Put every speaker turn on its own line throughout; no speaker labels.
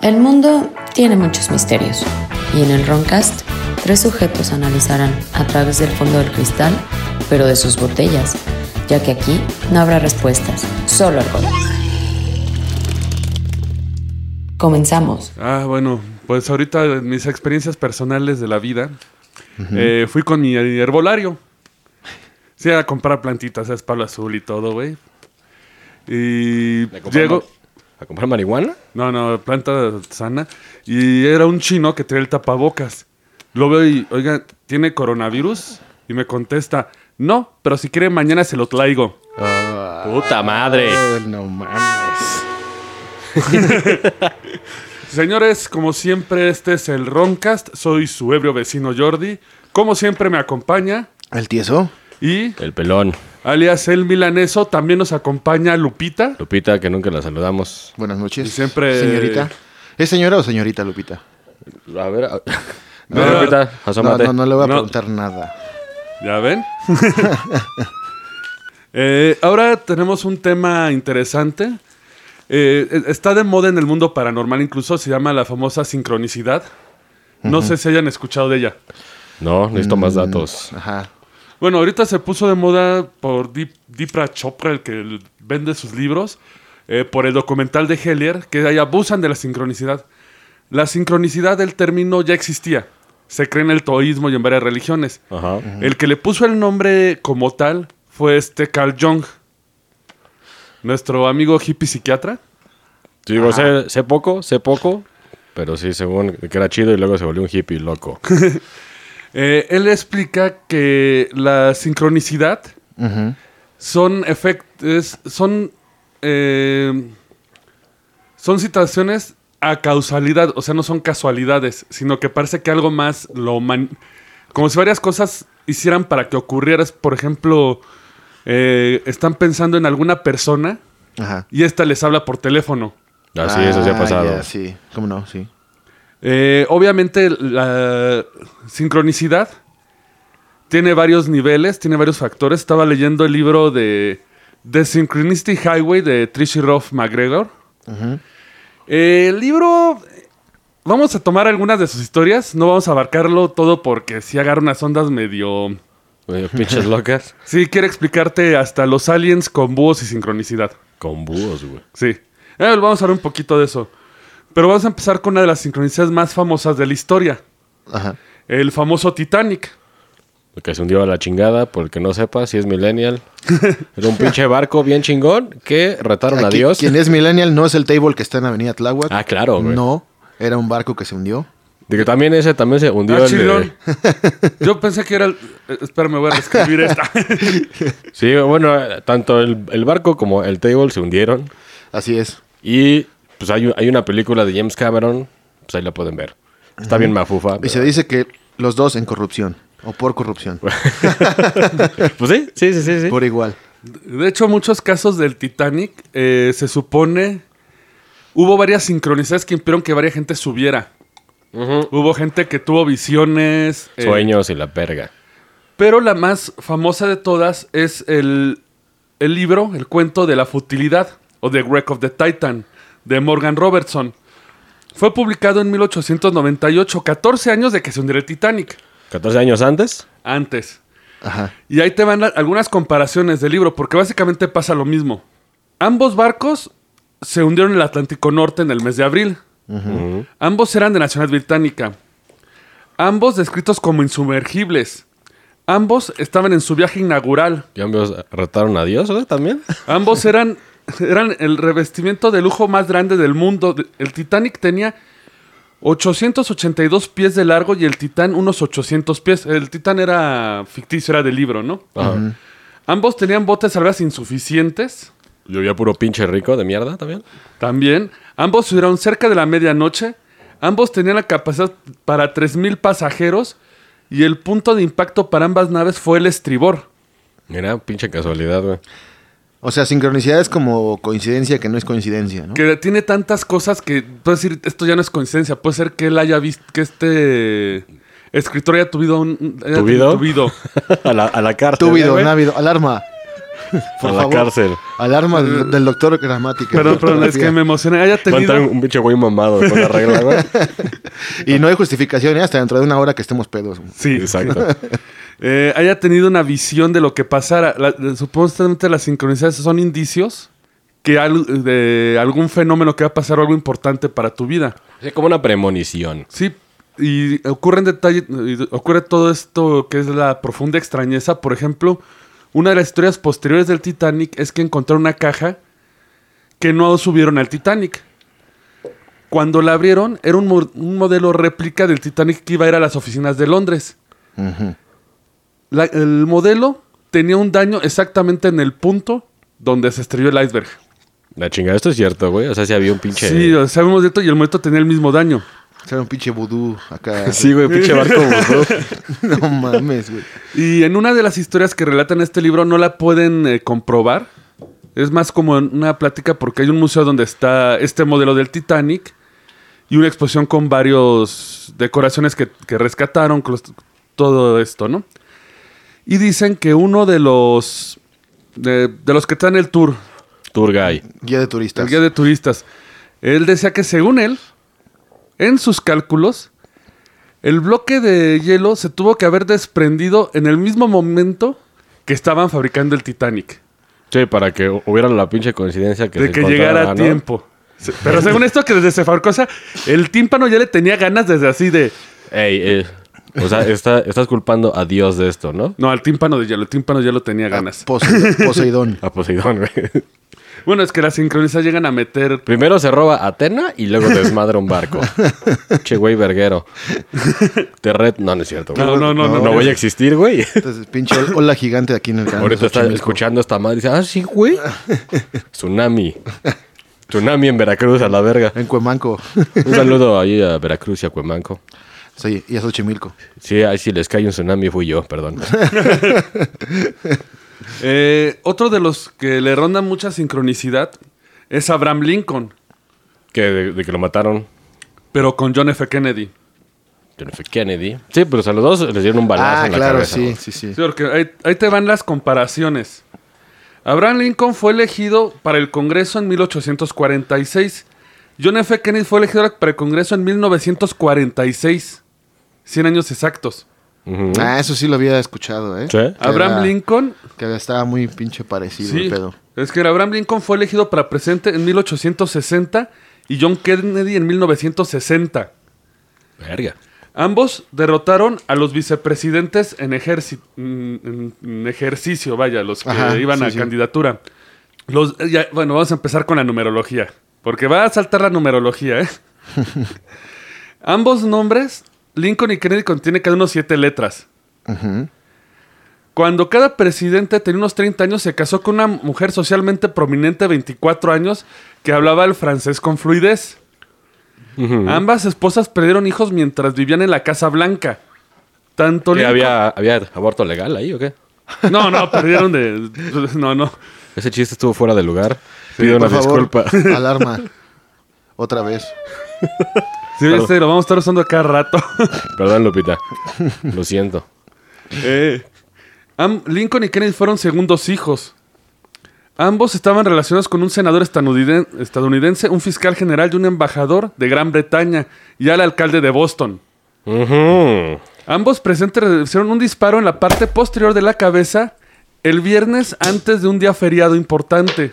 El mundo tiene muchos misterios y en el Roncast tres sujetos analizarán a través del fondo del cristal, pero de sus botellas, ya que aquí no habrá respuestas, solo alcohol. Comenzamos.
Ah, bueno, pues ahorita en mis experiencias personales de la vida, eh, fui con mi herbolario. Sí, a comprar plantitas, es palo azul y todo, güey. Y
¿A comprar
llego...
ma- ¿A comprar marihuana?
No, no, planta sana. Y era un chino que traía el tapabocas. Lo veo y, oiga, ¿tiene coronavirus? Y me contesta, no, pero si quiere mañana se lo traigo.
¡Puta madre!
Ay, no mames.
Señores, como siempre, este es el Roncast. Soy su ebrio vecino Jordi. Como siempre me acompaña
¿El tieso?
y,
El pelón.
alias el milaneso, también nos acompaña Lupita.
Lupita, que nunca la saludamos.
Buenas noches.
Y siempre-
Señorita. ¿Es señora o señorita, Lupita?
A ver. a-
No,
A ver,
no,
Lupita,
No,
asómate.
no, no le voy a
No.
preguntar nada.
¿Ya ven? Eh, ahora tenemos un tema interesante. Eh, eh, está de moda en el mundo paranormal, incluso se llama la famosa sincronicidad. No sé si hayan escuchado de ella.
No, necesito
Mm.
más datos.
Ajá.
Bueno, ahorita se puso de moda por Dip- Dipra Chopra, el que l- vende sus libros, eh, por el documental de Hellier, que ahí abusan de la sincronicidad. La sincronicidad del término ya existía. Se cree en el taoísmo y en varias religiones.
Ajá.
El que le puso el nombre como tal fue este Carl Jung, nuestro amigo hippie psiquiatra.
Sí, digo, sé, sé poco, sé poco. Pero sí, según que era chido y luego se volvió un hippie loco.
Eh, él explica que la sincronicidad
Ujú.
son efectos, son, eh, son situaciones a causalidad, o sea, no son casualidades, sino que parece que algo más lo man- como si varias cosas hicieran para que ocurrieras, por ejemplo, eh, están pensando en alguna persona
Ajá.
y esta les habla por teléfono.
Así, eso sí ha
Ah,
pasado.
ya, sí. ¿Cómo no? Sí.
Eh, obviamente la sincronicidad tiene varios niveles, tiene varios factores. Estaba leyendo el libro de The Synchronicity Highway de Trishy Roth McGregor. Eh, el libro... Vamos a tomar algunas de sus historias. No vamos a abarcarlo todo porque si agarra unas ondas medio...
Medio Pinches locas.
Sí, quiere explicarte hasta los aliens con búhos y sincronicidad.
Con búhos, güey.
Sí. Eh, vamos a hablar un poquito de eso. Pero vamos a empezar con una de las sincronicidades más famosas de la historia.
Ajá.
El famoso Titanic.
Que se hundió a la chingada, porque no sepa si es millennial. Era un pinche barco bien chingón que retaron a
Aquí,
Dios.
Quien es millennial no es el table que está en Avenida Tláhuac.
Ah, claro, güey.
No, era un barco que se hundió.
Digo, también ese también se hundió.
Ah,
el de-
chingón. Yo pensé que era el... eh, Espérame, voy a reescribir esta.
Sí, bueno, eh, tanto el, el barco como el table se hundieron.
Así es.
Y pues hay, hay una película de James Cameron, pues ahí la pueden ver. Está bien mafufa.
Y se
pero-
dice que los dos en corrupción. O por corrupción.
Pues sí, sí, sí, sí. sí.
Por igual.
De hecho, muchos casos del Titanic eh, se supone... Hubo varias sincronicidades que impidieron que varias gente subiera.
Ujú.
Hubo gente que tuvo visiones. eh,
Sueños y la verga.
Pero la más famosa de todas es el, el libro, el cuento de la futilidad o The Wreck of the Titan de Morgan Robertson. Fue publicado en 1898, 14 años de que se hundiera el Titanic,
14 años antes.
antes.
Ajá.
Y ahí te van la- algunas comparaciones del libro, porque básicamente pasa lo mismo. Ambos barcos se hundieron en el Atlántico Norte en el mes de abril.
Ujú.
Ambos eran de nacionalidad británica. Ambos descritos como insumergibles. Ambos estaban en su viaje inaugural.
Y ambos retaron a Dios, ¿verdad? También.
Ambos eran, eran el revestimiento de lujo más grande del mundo. El Titanic tenía 882 pies de largo y el Titán unos 800 pies. El Titán era ficticio, era del libro, ¿no?
Ajá.
Ambos tenían botes salvajes insuficientes.
Yo vi a puro pinche rico de mierda también.
También. Ambos subieron cerca de la medianoche. Ambos tenían la capacidad para 3.000 pasajeros. Y el punto de impacto para ambas naves fue el estribor.
Mira, pinche casualidad, güey.
O sea, sincronicidad es como coincidencia que no es coincidencia, ¿no?
Que tiene tantas cosas que puedes decir, esto ya no es coincidencia. Puede ser que él haya visto, que este escritor haya tuvido un... haya
¿Tuvido?
tuvido.
a, la, a la cárcel. ¿eh,
Túbido,
güey.
návido, alarma.
a la cárcel.
Alarma del, del doctor gramática.
Perdón, perdón, es que me emocioné. Haya
Cuenta
tenido.
un pinche güey mamado con la regla, güey.
Y no hay justificación, ¿eh? hasta dentro de una hora que estemos pedos.
Sí,
Exacto.
Eh, haya tenido una visión de lo que pasara. La- de- supuestamente las sincronicidades son indicios que al- de algún fenómeno que va a pasar o algo importante para tu vida.
Es como una premonición.
Sí, y ocurre en detalle, y ocurre todo esto que es la profunda extrañeza. Por ejemplo, una de las historias posteriores del Titanic es que encontraron una caja que no subieron al Titanic. Cuando la abrieron, era un, mo- un modelo réplica del Titanic que iba a ir a las oficinas de Londres. La- el modelo tenía un daño exactamente en el punto donde se estrelló el iceberg.
La chingada, esto es cierto, güey. O sea, si había un pinche.
Sí, o sea, sabemos de esto y el modelo tenía el mismo daño.
Será un pinche vudú acá.
Sí, güey, pinche barco burro.
No mames, güey.
Y en una de las historias que relatan este libro no la pueden eh, comprobar. Es más como en una plática porque hay un museo donde está este modelo del Titanic y una exposición con varios decoraciones que, que rescataron, con los- todo esto, ¿no? Y dicen que uno de los de, de los que están en el tour,
Tour guy.
Guía de turistas.
el guía de turistas, él decía que según él, en sus cálculos, el bloque de hielo se tuvo que haber desprendido en el mismo momento que estaban fabricando el Titanic.
Sí, para que hubiera la pinche coincidencia que
de
se
que
encontrara,
llegara a
¿no?
tiempo. Se- Pero según esto, que desde se fabricó, o sea, el tímpano ya le tenía ganas desde así de.
Ey, eh, O sea, está- estás culpando a Dios de esto, ¿no?
No, al tímpano de hielo, el tímpano ya lo
Ah,
tenía ganas.
Ah, Poseidón. Poseidón.
A Poseidón, güey.
Bueno, es que las sincronizadas llegan a meter.
Primero se roba Atena y luego desmadra un barco. che, güey, verguero. Te red... No, no es cierto, güey.
No, no, no, no.
No voy a existir, güey.
Entonces, pinche ol- ola gigante de aquí en el canal.
Ahorita está
Xochimilco.
escuchando esta madre y dice, ah, sí, güey. Tsunami. Tsunami en Veracruz, a la verga.
En Cuemanco.
Un saludo ahí a Veracruz y a Cuemanco.
Sí, y a Xochimilco.
Sí, ahí si les cae un tsunami fui yo, perdón.
Eh, otro de los que le ronda mucha sincronicidad es Abraham Lincoln,
que de, de que lo mataron.
pero con John F. Kennedy.
John F. Kennedy. Sí, pero a los dos les dieron un balazo
Ah,
en la
claro,
cabeza,
sí,
güey.
sí, sí.
Sí, porque ahí, ahí te van las comparaciones. Abraham Lincoln fue elegido para el Congreso en 1846. John F. Kennedy fue elegido para el Congreso en 1946. 100 años exactos.
Ujú.
Ah, eso sí lo había escuchado, ¿eh?
Sí.
Que
Abraham
era-
Lincoln.
Que estaba muy pinche parecido
Sí,
el pedo.
es que Abraham Lincoln fue elegido para presidente en 1860 y John Kennedy en 1960.
Verga.
Ambos derrotaron a los vicepresidentes en, ejerci- mm, en- en ejercicio, vaya, los que
Ajá,
iban
sí,
a
sí.
candidatura. Los, eh, ya, bueno, vamos a empezar con la numerología, porque va a saltar la numerología, ¿eh? Ambos nombres, Lincoln y Kennedy, contienen cada uno siete letras.
Ujú.
Cuando cada presidente tenía unos 30 años, se casó con una mujer socialmente prominente de 24 años que hablaba el francés con fluidez.
Ujú.
Ambas esposas perdieron hijos mientras vivían en la Casa Blanca. Tanto
¿Y
Lincoln-
había, había aborto legal ahí o qué?
No, no, perdieron de... No, no.
Ese chiste estuvo fuera de lugar. Pido una
Por favor,
disculpa.
Alarma. Otra vez.
Sí, este lo vamos a estar usando acá rato.
Perdón, Lupita. Lo siento.
Eh, am- Lincoln y Kennedy fueron segundos hijos. Ambos estaban relacionados con un senador estadouniden- estadounidense, un fiscal general y un embajador de Gran Bretaña y al alcalde de Boston.
Ujú.
Ambos presentes recibieron un disparo en la parte posterior de la cabeza el viernes antes de un día feriado importante.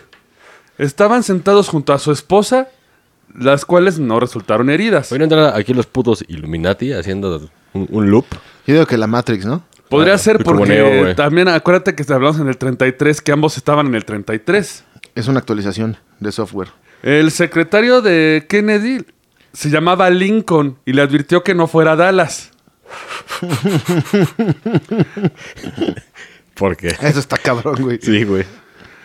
Estaban sentados junto a su esposa, las cuales no resultaron heridas.
Voy a entrar aquí los putos Illuminati haciendo un, un loop.
Yo digo que la Matrix, ¿no?
Podría
Ah,
ser
como
porque
Neo, güey.
también acuérdate que hablamos en el 33, que ambos estaban en el 33.
Es una actualización de software.
El secretario de Kennedy se llamaba Lincoln y le advirtió que no fuera a Dallas.
¿Por qué?
Eso está cabrón, güey.
Sí, güey.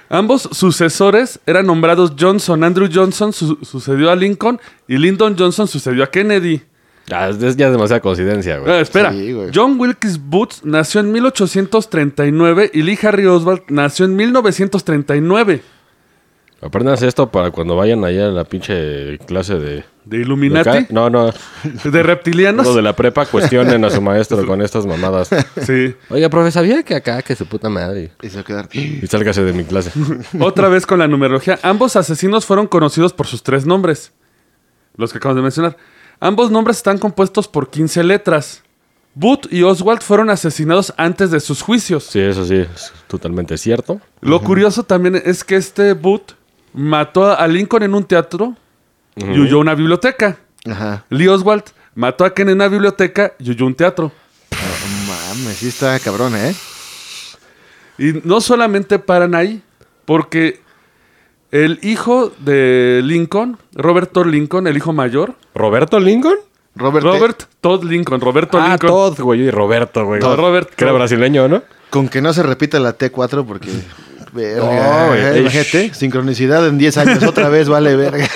Ambos sucesores eran nombrados Johnson. Andrew Johnson su- sucedió a Lincoln y Lyndon Johnson sucedió a Kennedy.
Ya, es ya es demasiada coincidencia,
Ah,
Eh.
güey.
espera.
Pues, Sí, güey.
John Wilkes Booth nació en 1839 y Lee Harry Oswald nació en 1939.
Aprendas esto para cuando vayan allá a la pinche clase de,
de
De acá-
Illuminati,
No, no.
de reptilianos.
Los de la prepa cuestionen a su maestro con estas mamadas.
Sí.
Oiga, profe, ¿sabía que acá, que su puta madre?
Y se va a quedar.
Y sálgase de mi clase.
Otra vez con la numerología. Ambos asesinos fueron conocidos por sus tres nombres. Los que acabas de mencionar. Ambos nombres están compuestos por 15 letras. Boot y Oswald fueron asesinados antes de sus juicios.
Sí, eso sí, es totalmente cierto.
Lo curioso también es que este Boot mató a Lincoln en un teatro y huyó a una biblioteca.
Ajá.
Lee Oswald mató a Ken en una biblioteca y huyó a un teatro.
No Mames, sí está cabrón, ¿eh?
Y no solamente paran ahí, porque el hijo de Lincoln, Robert Todd Lincoln, el hijo mayor,
¿Roberto Lincoln?
Robert,
Robert Todd Lincoln, Roberto
eh. ah,
Lincoln.
Todd, güey. Y Roberto, güey.
No, Robert
Que era
Todd.
brasileño, ¿no?
con que no se repita la T4 porque...
No,
Verga,
güey.
eh, imagínate, sincronicidad en 10 años, otra vez vale verga.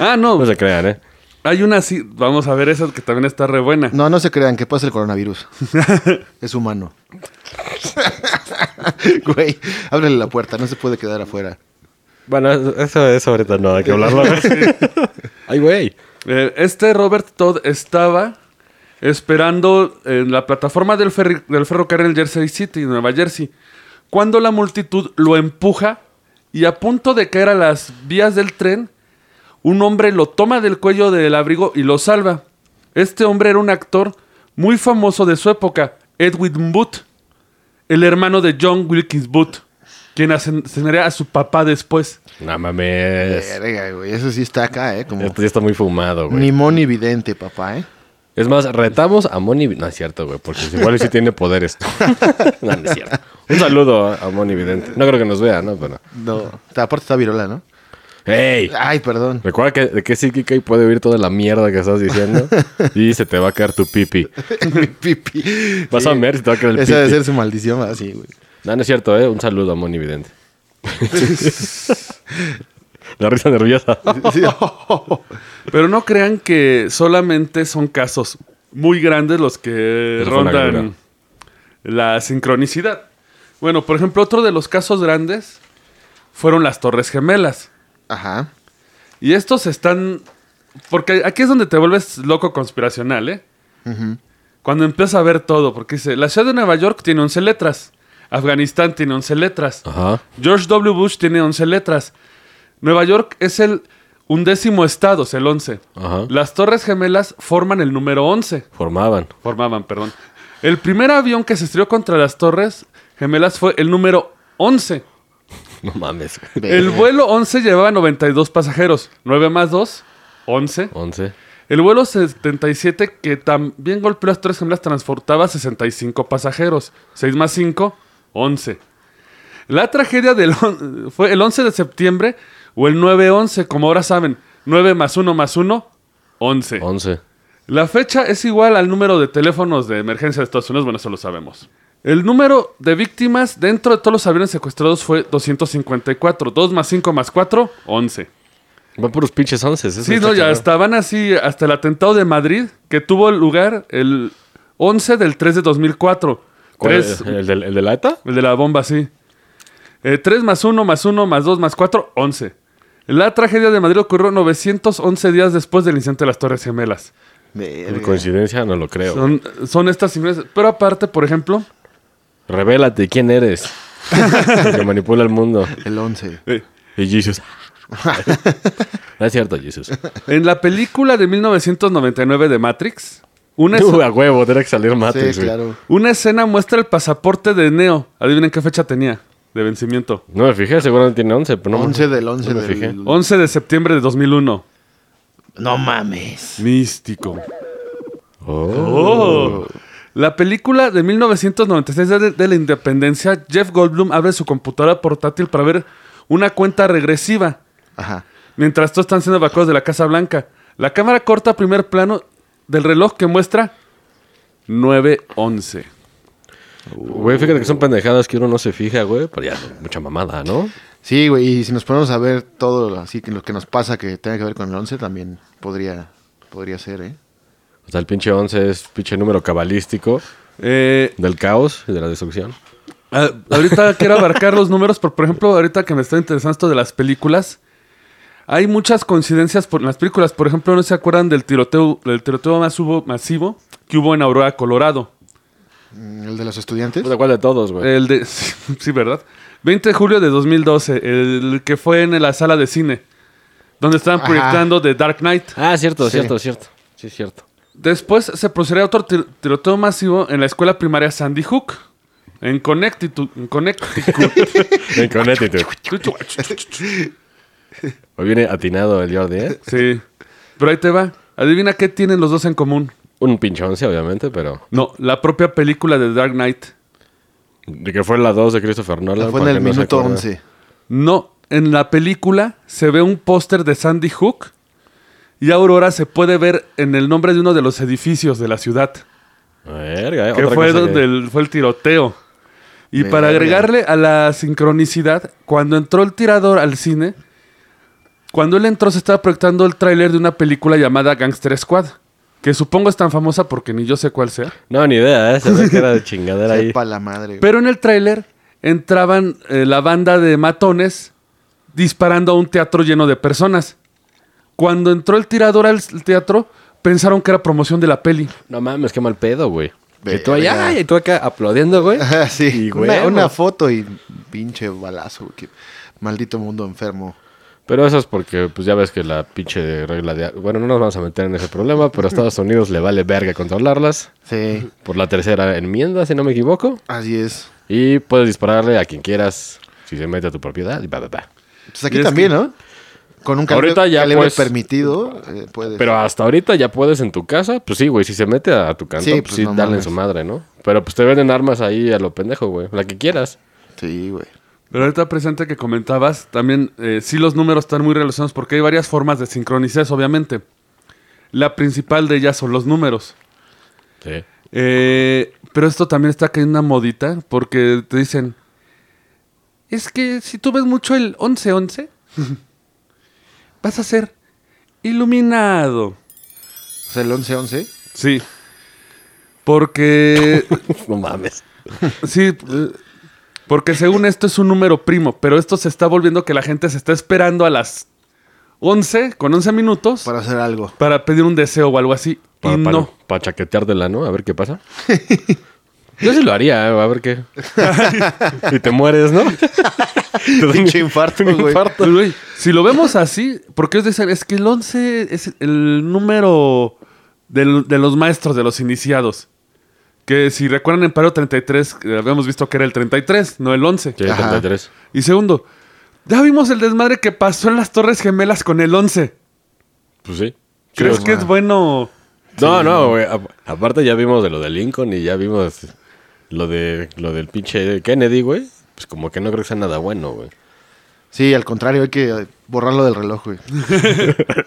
Ah, no,
No se crean, ¿eh?
hay una así, vamos a ver esa que también está re buena.
No, no se crean, que pasa el coronavirus. es humano. Güey, ábrele la puerta, no se puede quedar afuera.
Bueno, eso, eso ahorita no hay que hablarlo. Ay, güey.
Eh, este Robert Todd estaba esperando en la plataforma del, ferri- del ferrocarril Jersey City, Nueva Jersey, cuando la multitud lo empuja y a punto de caer a las vías del tren, un hombre lo toma del cuello del abrigo y lo salva. Este hombre era un actor muy famoso de su época, Edwin Booth, el hermano de John Wilkins Booth, quien asesinaría a su papá después.
No mames.
Verga, güey, eso sí está acá, ¿eh? Como
Esto ya está muy fumado, güey.
ni moni vidente, papá, ¿eh?
Es más, retamos a Moni... No, es cierto, güey, porque igual sí tiene poderes. no, no es cierto. Un saludo a a Moni Vidente. No creo que nos vea, ¿no? Pero...
No, está- aparte está virola, ¿no?
¡Ey!
Ay, perdón.
Recuerda que, de que psíquica y puede oír toda la mierda que estás diciendo y se te va a caer tu pipi.
Mi pipi.
Vas a ver si te va a caer el
Esa debe
pipi.
ser su maldición, así, güey.
No, no es cierto, ¿eh? Un saludo a Moni Vidente. la risa nerviosa.
Sí.
Pero no crean que solamente son casos muy grandes los que
Eso fue una
rondan
locura.
la sincronicidad. Bueno, por ejemplo, otro de los casos grandes fueron las Torres Gemelas.
Ajá.
Y estos están... Porque aquí es donde te vuelves loco conspiracional, ¿eh? Cuando empiezas a ver todo, porque dice, la ciudad de Nueva York tiene 11 letras, Afganistán tiene 11 letras,
Ajá.
George W. Bush tiene 11 letras. Nueva York es el undécimo estado, es el 11.
Ajá.
Las Torres Gemelas forman el número 11.
Formaban.
Formaban, perdón. El primer avión que se estrelló contra las Torres Gemelas fue el número 11.
No mames. güey.
Verga.
El vuelo 11 llevaba 92 pasajeros. 9 más 2, 11.
11.
El vuelo 77, que también golpeó las Torres Gemelas, transportaba 65 pasajeros. 6 más 5, 11. La tragedia del on- fue el 11 de septiembre o el 9-11, como ahora saben. 9 más 1 más 1, 11.
11.
La fecha es igual al número de teléfonos de emergencia de Estados Unidos, bueno, eso lo sabemos. El número de víctimas dentro de todos los aviones secuestrados fue 254. 2 más 5 más 4, 11.
Van puros pinches ¿eh? 11.
Sí, no, ya estaban así hasta el atentado de Madrid que tuvo lugar el 11 del 3 de 2004. Tres-
¿El, del- ¿El de la ETA?
el de la bomba, sí. 3 más 1 más 1 más 2 más 4, 11. La tragedia de Madrid ocurrió 911 días después del incidente de las Torres Gemelas.
Verga.
Coincidencia, no lo creo.
Son, son estas imágenes. Pero aparte, por ejemplo,
Revélate quién eres. El que manipula el mundo.
El 11.
eh,
Y Jesus. no es cierto, Jesus.
en la película de 1999 de Matrix, una, escena-
Tú, a huevo, tiene que salir Matrix,
Sí,
güey.
claro.
una escena muestra el pasaporte de Neo. Adivinen qué fecha tenía de vencimiento.
No me fijé, seguramente tiene 11, pero no.
11 del 11
no me
del...
fijé.
11 de septiembre de 2001.
No mames.
Místico.
Oh.
Oh. La película de 1996 de, de la independencia, Jeff Goldblum abre su computadora portátil para ver una cuenta regresiva.
Ajá.
Mientras todos están siendo evacuados de la Casa Blanca, la cámara corta primer plano del reloj que muestra 9-11.
Güey, fíjate que son pendejadas que uno no se fija, güey. Pero ya, mucha mamada, ¿no?
Sí, güey, y si nos ponemos a ver todo lo- así que lo que nos pasa que tenga que ver con el 11 también podría podría ser, ¿eh?
O sea, el pinche 11 es pinche número cabalístico
Eh,
del caos y de la destrucción.
a- ahorita quiero abarcar los números, pero por ejemplo, ahorita que me está interesando esto de las películas, Hay muchas coincidencias por en las películas. Por ejemplo, ¿no se acuerdan del tiroteo, del tiroteo más hubo- masivo que hubo en Aurora, Colorado?
Mm, ¿El de los estudiantes?
Pues, ¿de cuál de todos,
Eh,
güey?
El de... Sí, ¿verdad? 20 de julio de 2012, el que fue en la sala de cine, donde estaban
Ajá.
proyectando The Dark Knight.
Ah, cierto,
Sí.
cierto, cierto. Sí, cierto.
Después se procedería a otro tir- tiroteo masivo en la escuela primaria Sandy Hook, en Connecticut. En Connecticut.
En Connecticut. Hoy viene atinado el Jordi, ¿eh?
sí. Pero ahí te va. Adivina qué tienen los dos en común.
Un pinche once, obviamente, pero...
No, la propia película de Dark Knight.
De que fue la 2 de Christopher Nolan.
fue en
para
el
que no se
minuto
acuerde.
11.
No, en la película se ve un póster de Sandy Hook y Aurora se puede ver en el nombre de uno de los edificios de la ciudad,
Verga, ¿eh?
que
Otra
fue
cosa
donde el- fue el tiroteo. Y
Verga.
para agregarle a la sincronicidad, cuando entró el tirador al cine, cuando él entró se estaba proyectando el tráiler de una película llamada Gangster Squad, que supongo es tan famosa porque ni yo sé cuál sea.
No, ni idea, ¿eh? Se ve que era de chingadera ahí.
Sepa la madre. güey.
Pero en el tráiler entraban eh, la banda de matones disparando a un teatro lleno de personas. Cuando entró el tirador al s- teatro, pensaron que era promoción de la peli.
No mames, qué mal pedo, güey. Y tú
Verga.
allá, y tú acá aplaudiendo, güey.
Ajá, sí.
Y
una,
huevos.
una foto y pinche balazo. güey, que- Maldito mundo enfermo.
Pero eso es porque, pues ya ves que la pinche regla de... Bueno, no nos vamos a meter en ese problema, pero a Estados Unidos le vale verga controlarlas.
Sí,
Por la tercera enmienda, si no me equivoco.
así es.
Y puedes dispararle a quien quieras si se mete a tu propiedad y va, va, va.
Entonces Pues aquí
Y es
también, ¿no? Con un calibre,
Ahorita ya,
calibre
pues,
permitido, eh, puedes.
Pero hasta ahorita ya puedes en tu casa. Pues sí, güey, si se mete a tu canto,
Sí,
pues,
pues
sí,
no
dale en
mames.
su madre, ¿no? Pero pues te venden armas ahí a lo pendejo, güey. La que quieras.
Sí, güey.
Pero ahorita presente que comentabas, también eh, sí los números están muy relacionados porque hay varias formas de sincronizarse, obviamente. La principal de ellas son los números.
Sí.
Eh, pero esto también está cayendo una modita porque te dicen, es que si tú ves mucho el 1111, vas a ser iluminado.
O sea, el 11-11.
Sí. Porque,
no mames.
sí, eh, porque según esto es un número primo, pero esto se está volviendo que la gente se está esperando a las 11 con 11 minutos para,
Para hacer algo.
pedir un deseo o algo así.
Para,
y
para-
no.
para chaqueteártela, ¿no? A ver qué pasa. Yo sí lo haría, ¿eh? a ver qué. y te mueres, ¿no? te da
Pinche infarto,
un
güey.
infarto.
Pero, güey, si lo vemos así, porque es decir, es que el 11 es el número del- de los maestros, de los iniciados. Que si recuerdan en Paro 33, eh, habíamos visto que era el 33, no el 11.
Sí,
Ajá.
33.
Y segundo, ya vimos el desmadre que pasó en las Torres Gemelas con el 11.
Pues sí.
¿Crees
Sí,
que
ma.
es bueno?
No, no, güey. A- Aparte ya vimos de lo de Lincoln y ya vimos lo de lo del pinche Kennedy, güey. Pues como que no creo que sea nada bueno, güey.
Sí, al contrario, hay que eh, borrarlo del reloj, güey.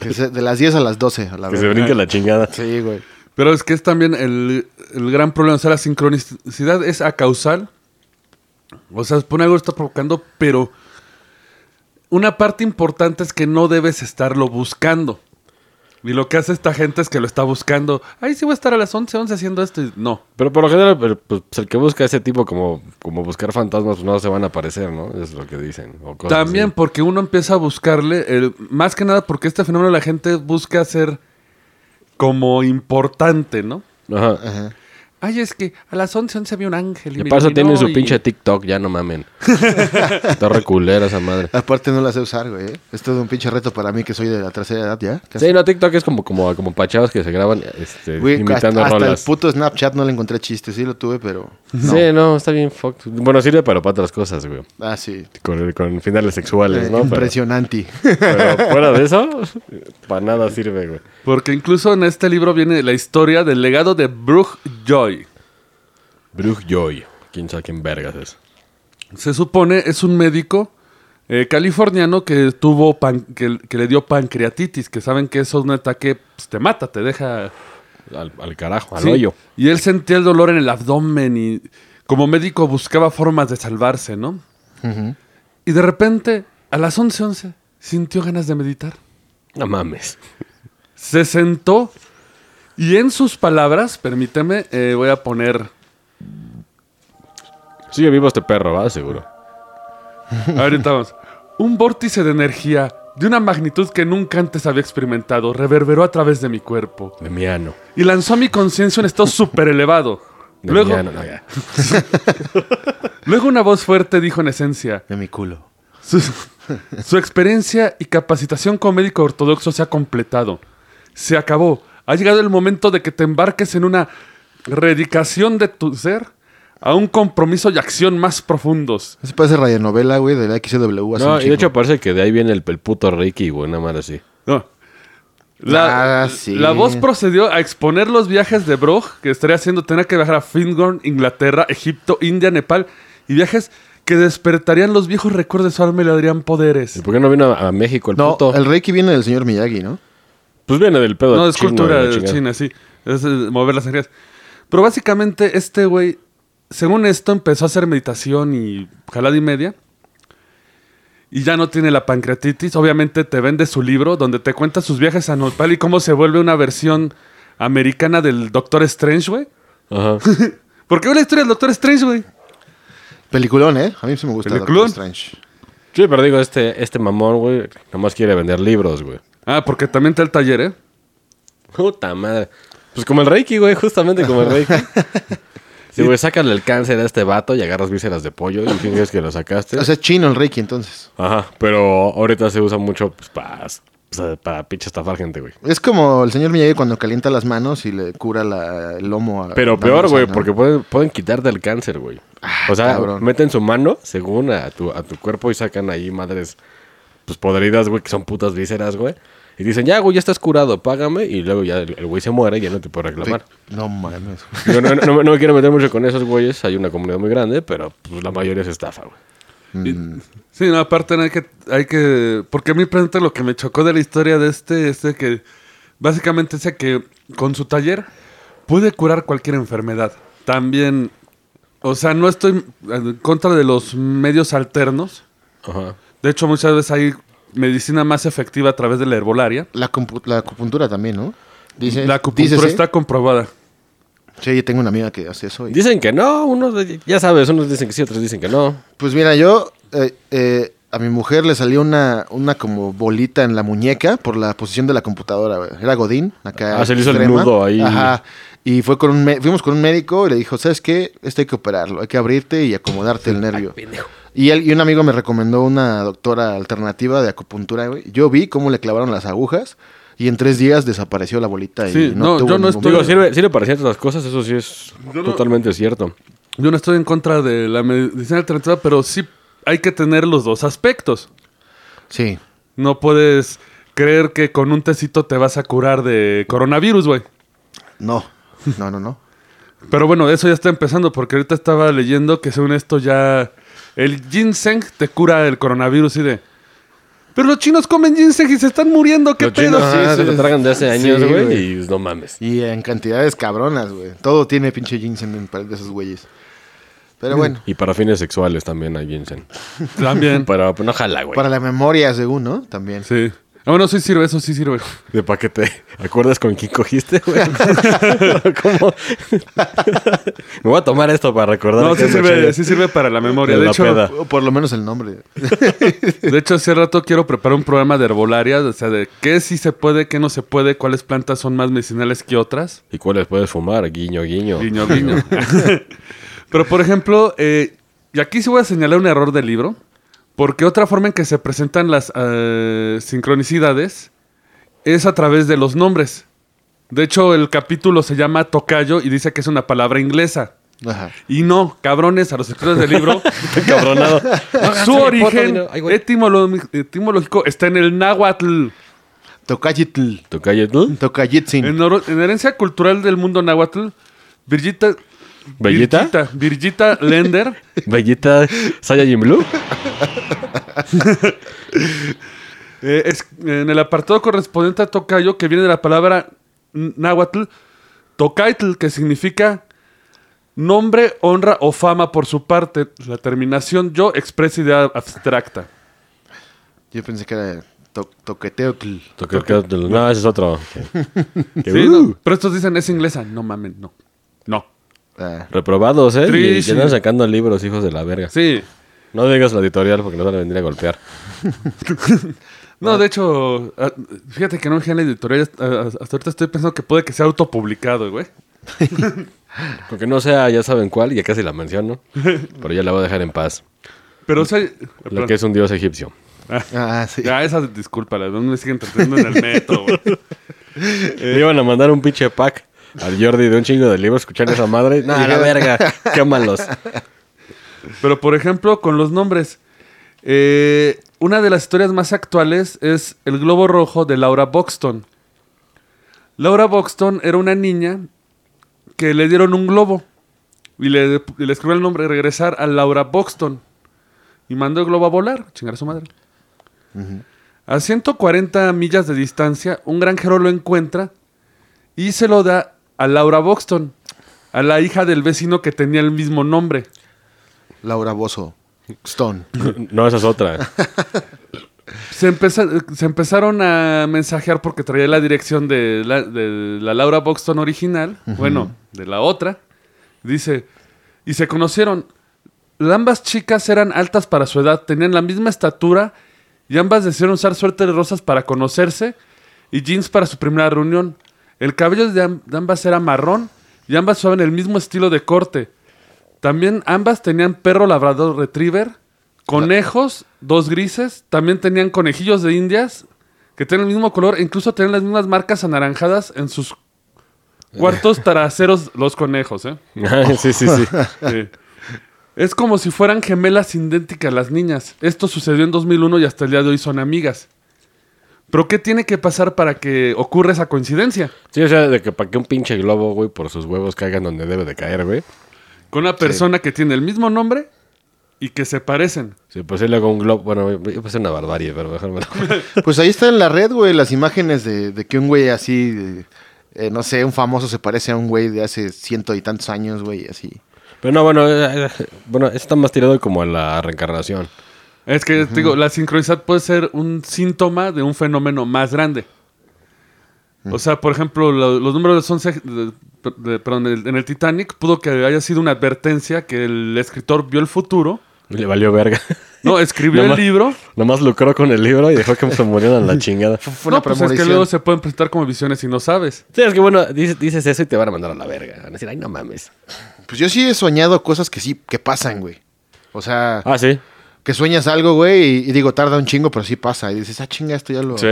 Que se- de las 10 a las 12, a la
Que se
verdad.
brinque la chingada.
Sí, güey.
Pero es que es también el, el gran problema. O sea, la sincronicidad es acausal. O sea, pone algo que está provocando, pero una parte importante es que no debes estarlo buscando. Y lo que hace esta gente es que lo está buscando. Ay, sí voy a estar a las 11, 11 haciendo esto. Y no.
Pero por lo general, el, pues, el que busca ese tipo como, como buscar fantasmas, pues no se van a aparecer, ¿no? Es lo que dicen. o cosas
También
así.
porque uno empieza a buscarle, el- más que nada porque este fenómeno la gente busca ser como importante, ¿no?
Ajá.
Ajá.
Ay, es que a las 11, 11 vi un ángel.
Y
me
para eso tienen
iluminó
su
y-
pinche TikTok, ya no mamen. Está reculera esa madre.
Aparte no la sé usar, güey. ¿eh? Esto es un pinche reto para mí que soy de la tercera edad ya. Casi.
Sí, no, TikTok es como, como, como pachavos que se graban este,
Güey, hasta,
imitando
hasta el
rolas.
puto Snapchat no le encontré chiste. Sí lo tuve, pero...
Sí, no, está bien fucked. Bueno, sirve para, para otras cosas, güey.
Ah, sí.
Con, con finales sexuales,
Eh,
¿no? Pero-
impresionante.
Pero fuera de eso, para nada sirve, güey.
Porque incluso en este libro viene la historia del legado de Brooke Joy.
Bruce Joy. ¿Quién sabe quién vergas es?
Se supone es un médico eh, californiano que tuvo pan- que, que le dio pancreatitis, que saben que eso es un ataque, pues, te mata, te deja
Al, al carajo, al
Sí.
hoyo.
Y él sentía el dolor en el abdomen y como médico buscaba formas de salvarse, ¿no? Y de repente, a las 11:11, sintió ganas de meditar.
No mames.
Se sentó y en sus palabras, permíteme, eh, voy a poner
Sigue vivo este perro, ¿va? Seguro.
Ahorita vamos. Un vórtice de energía de una magnitud que nunca antes había experimentado, reverberó a través de mi cuerpo
De mi ano.
y lanzó a mi conciencia un estado súper elevado.
De
Luego,
mi ano, no, ya.
luego una voz fuerte dijo en esencia,
De mi culo.
su, su experiencia y capacitación como médico ortodoxo se ha completado. Se acabó. Ha llegado el momento de que te embarques en una redicación de tu ser a un compromiso y acción más profundos.
Eso parece radionovela, güey, de la XW. hace
No,
un
y de hecho
chingo.
parece que de ahí viene el, el puto Ricky, güey, nada más así.
No. La,
Ah, sí.
la voz procedió a exponer los viajes de Brog que estaría haciendo. Tenía que viajar a Fingorn, Inglaterra, Egipto, India, Nepal y viajes que despertarían los viejos recuerdos de su alma y le darían
¿Y
poderes.
¿Por qué no vino a, a México el
No,
puto?
el Reiki viene del señor Miyagi, ¿no?
Pues viene del pedo.
No, es
chino,
cultura
de la chingada.
china, sí. Es eh, mover las energías. Pero básicamente este güey, según esto, empezó a hacer meditación y jalada y media. Y ya no tiene la pancreatitis. Obviamente te vende su libro donde te cuenta sus viajes a Nepal y cómo se vuelve una versión americana del Doctor Strange, güey.
Ajá.
Porque ve la historia del Doctor Strange, güey.
Peliculón, ¿eh? A mí sí me gusta
Peliculón.
Doctor Strange.
Sí, pero digo, este, este mamón, güey, nomás quiere vender libros, güey.
Ah, porque también está el taller, ¿eh?
Puta madre. Pues como el Reiki, güey, justamente como el Reiki. Sí, güey, sácale el cáncer a este vato y agarras vísceras de pollo y finges que lo sacaste.
O sea, chino el Reiki, entonces.
Ajá, pero ahorita se usa mucho pues, para, o sea, para pinche estafar gente, güey.
Es como el señor Miyagi cuando calienta las manos y le cura la- el lomo a...
Pero
a
peor,
Tarzán,
güey,
¿no?
porque pueden, pueden quitarte el cáncer, güey. O sea,
cabrón.
meten su mano, según a tu, a tu cuerpo, y sacan ahí madres, pues podridas, güey, que son putas vísceras, güey. Y dicen, ya, güey, ya estás curado, págame. Y luego ya el el güey se muere y ya no te puede
Sí.
reclamar.
No mames. güey.
Digo, no, no- no me- no me quiero meter mucho con esos güeyes, hay una comunidad muy grande, pero pues, la mayoría es estafa, güey.
Sí, no, aparte no hay que, hay que. Porque a mí presente lo que me chocó de la historia de este es de que básicamente dice que con su taller puede curar cualquier enfermedad. También, o sea, no estoy en contra de los medios alternos.
Ajá.
De hecho, muchas veces hay medicina más efectiva a través de la herbolaria.
La, compu- la acupuntura también, ¿no? Eh, Dice,
La acupuntura
dícese.
está comprobada.
Sí, yo tengo una amiga que hace eso. y-
Dicen que no, unos, de- ya sabes, unos dicen que sí, otros dicen que no.
Pues mira, yo eh, eh, a mi mujer le salió una, una como bolita en la muñeca por la posición de la computadora. güey. Era Godín, acá.
Ah, se le hizo el nudo ahí.
Ajá. Y fue con un me- fuimos con un médico y le dijo, ¿sabes qué? Esto hay que operarlo, hay que abrirte y acomodarte el nervio. Y, él, y un amigo me recomendó una doctora alternativa de acupuntura. güey. Yo vi cómo le clavaron las agujas y en tres días desapareció la bolita. y
Sí, no,
tuvo
yo no
ningún
estoy-
Digo,
problema.
sirve, sirve para ciertas cosas, eso sí es totalmente cierto.
Yo no estoy en contra de la medicina alternativa, pero sí hay que tener los dos aspectos.
Sí.
No puedes creer que con un tecito te vas a curar de coronavirus, güey.
No. No, no, no.
Pero bueno, eso ya está empezando porque ahorita estaba leyendo que según esto ya el ginseng te cura el coronavirus y de... Pero los chinos comen ginseng y se están muriendo, ¿qué
Los
pedo?
chinos
Sí,
ah,
sí,
se lo
sí.
tragan de hace
Sí,
años, güey,
güey.
y pues, no mames.
Y en cantidades cabronas, güey. Todo tiene pinche ginseng en pared de esos güeyes.
Mm,
Pero bueno,
Y para fines sexuales también hay ginseng.
También.
Pero pues, no jala, güey.
para la memoria, según, ¿no? También.
Sí. Ah, bueno, sí sirve, eso sí sirve.
De pa' que te acuerdas con quién cogiste, güey. ¿Cómo? Me voy a tomar esto para recordar.
No,
que
sí
me chingué.
sirve, sí sirve para la memoria.
De
De
la
hecho,
peda.
O por lo menos el nombre.
De hecho, hace rato quiero preparar un programa de herbolaria, o sea, de qué sí se puede, qué no se puede, cuáles plantas son más medicinales que otras.
¿Y cuáles puedes fumar? Guiño, guiño.
Guiño, guiño. Pero, por ejemplo, eh, y aquí sí voy a señalar un error del libro, porque otra forma en que se presentan las eh, sincronicidades es a través de los nombres. De hecho, el capítulo se llama Tocayo y dice que es una palabra inglesa.
Ajá.
Y no, cabrones, a los escritores del libro,
Cabronado.
su
Harry Potter,
origen
mira, ay, güey.
etimolo- etimológico está en el náhuatl.
Tocayitl.
¿Tu calle tú?
Tocayitzin.
En, oro- en herencia cultural del mundo náhuatl, Virgita.
¿Bellita?
Virgita, Virgita Lender
¿Bellita Saiyajin Blue?
eh, es- en el apartado correspondiente a tocayo, que viene de la palabra n- náhuatl, tocaitl, que significa nombre, honra o fama por su parte. La terminación yo expresa idea abstracta.
Yo pensé que era to- toqueteotl.
¿Tu ca- ca- No, ese es otro. Que-
Sí,
uh,
no, Pero estos dicen es inglesa. No mamen, no. No.
Ah,
Reprobados, ¿eh? Y
Trish.
ya andan sacando libros, hijos de la verga.
Sí.
No digas la editorial porque nos van a venir a golpear.
No, de hecho, ah, fíjate que no me fijé en la editorial. ah, Hasta ahorita estoy pensando que puede que sea autopublicado, güey.
Porque no sea, ya saben cuál, ya casi la menciono. Pero ya la voy a dejar en paz.
Pero, o sea.
Lo que es un dios egipcio.
Ah, sí.
Ya, esa disculpa, no me siguen tratando en el metro, güey.
Le iban a mandar un pinche pack al Jordi de un chingo de libros, escuchar esa madre. No, la verga, quémalos.
Pero por ejemplo, con los nombres. eh, una de las historias más actuales es El Globo Rojo de Laura Boxton. Laura Boxton era una niña que le dieron un globo y le, y le escribió el nombre regresar a Laura Boxton. Y mandó el globo a volar, chingar a su madre. A 140 millas de distancia, un granjero lo encuentra y se lo da a Laura Boxton, a la hija del vecino que tenía el mismo nombre.
Laura Bozo. Stone.
No, esa es otra.
Se, empeza- se empezaron a mensajear porque traía la dirección de la, de la Laura Boxton original, bueno, de la otra. Dice, y se conocieron. Ambas chicas eran altas para su edad, tenían la misma estatura y ambas decidieron usar suerte de rosas para conocerse y jeans para su primera reunión. El cabello de am- de ambas era marrón y ambas usaban el mismo estilo de corte. También ambas tenían perro labrador retriever, conejos, dos grises, también tenían conejillos de indias que tienen el mismo color, e incluso tenían las mismas marcas anaranjadas en sus cuartos traseros los conejos, ¿eh?
sí, sí, sí.
Sí. Es como si fueran gemelas idénticas las niñas. Esto sucedió en 2001 y hasta el día de hoy son amigas. Pero ¿qué tiene que pasar para que ocurra esa coincidencia?
Sí, o sea, de que para que un pinche globo, güey, por sus huevos caigan donde debe de caer, güey.
Con una persona que tiene el mismo nombre y que se parecen.
Sí, pues sí, luego un globo. Bueno, yo pensé una barbarie, pero mejor me lo-
Pues ahí está en la red, güey, las imágenes de, de que un güey así, de- eh, no sé, un famoso se parece a un güey de hace ciento y tantos años, güey, así.
Pero no, bueno, eh, eh, bueno, está más tirado como a la reencarnación.
Es que, te digo, la sincronicidad puede ser un síntoma de un fenómeno más grande. O sea, por ejemplo, lo- los números del 11, de- de- perdón, el- en el Titanic pudo que haya sido una advertencia que el escritor vio el futuro.
Y Le valió verga.
No, escribió el
Nomás-
libro.
Nomás lucró con el libro y dejó que se murieran la chingada.
Fue
no,
una
pues es que
premonición.
luego se pueden presentar como visiones y no sabes.
Sí, es que bueno, dices, dices eso y te van a mandar a la verga. Van a decir, ay, no mames.
Pues yo sí he soñado cosas que sí, que pasan, güey. O sea,
Ah, sí.
que sueñas algo, güey, y, y digo, tarda un chingo, pero sí pasa. Y dices, ah, chinga, esto ya lo...
Sí.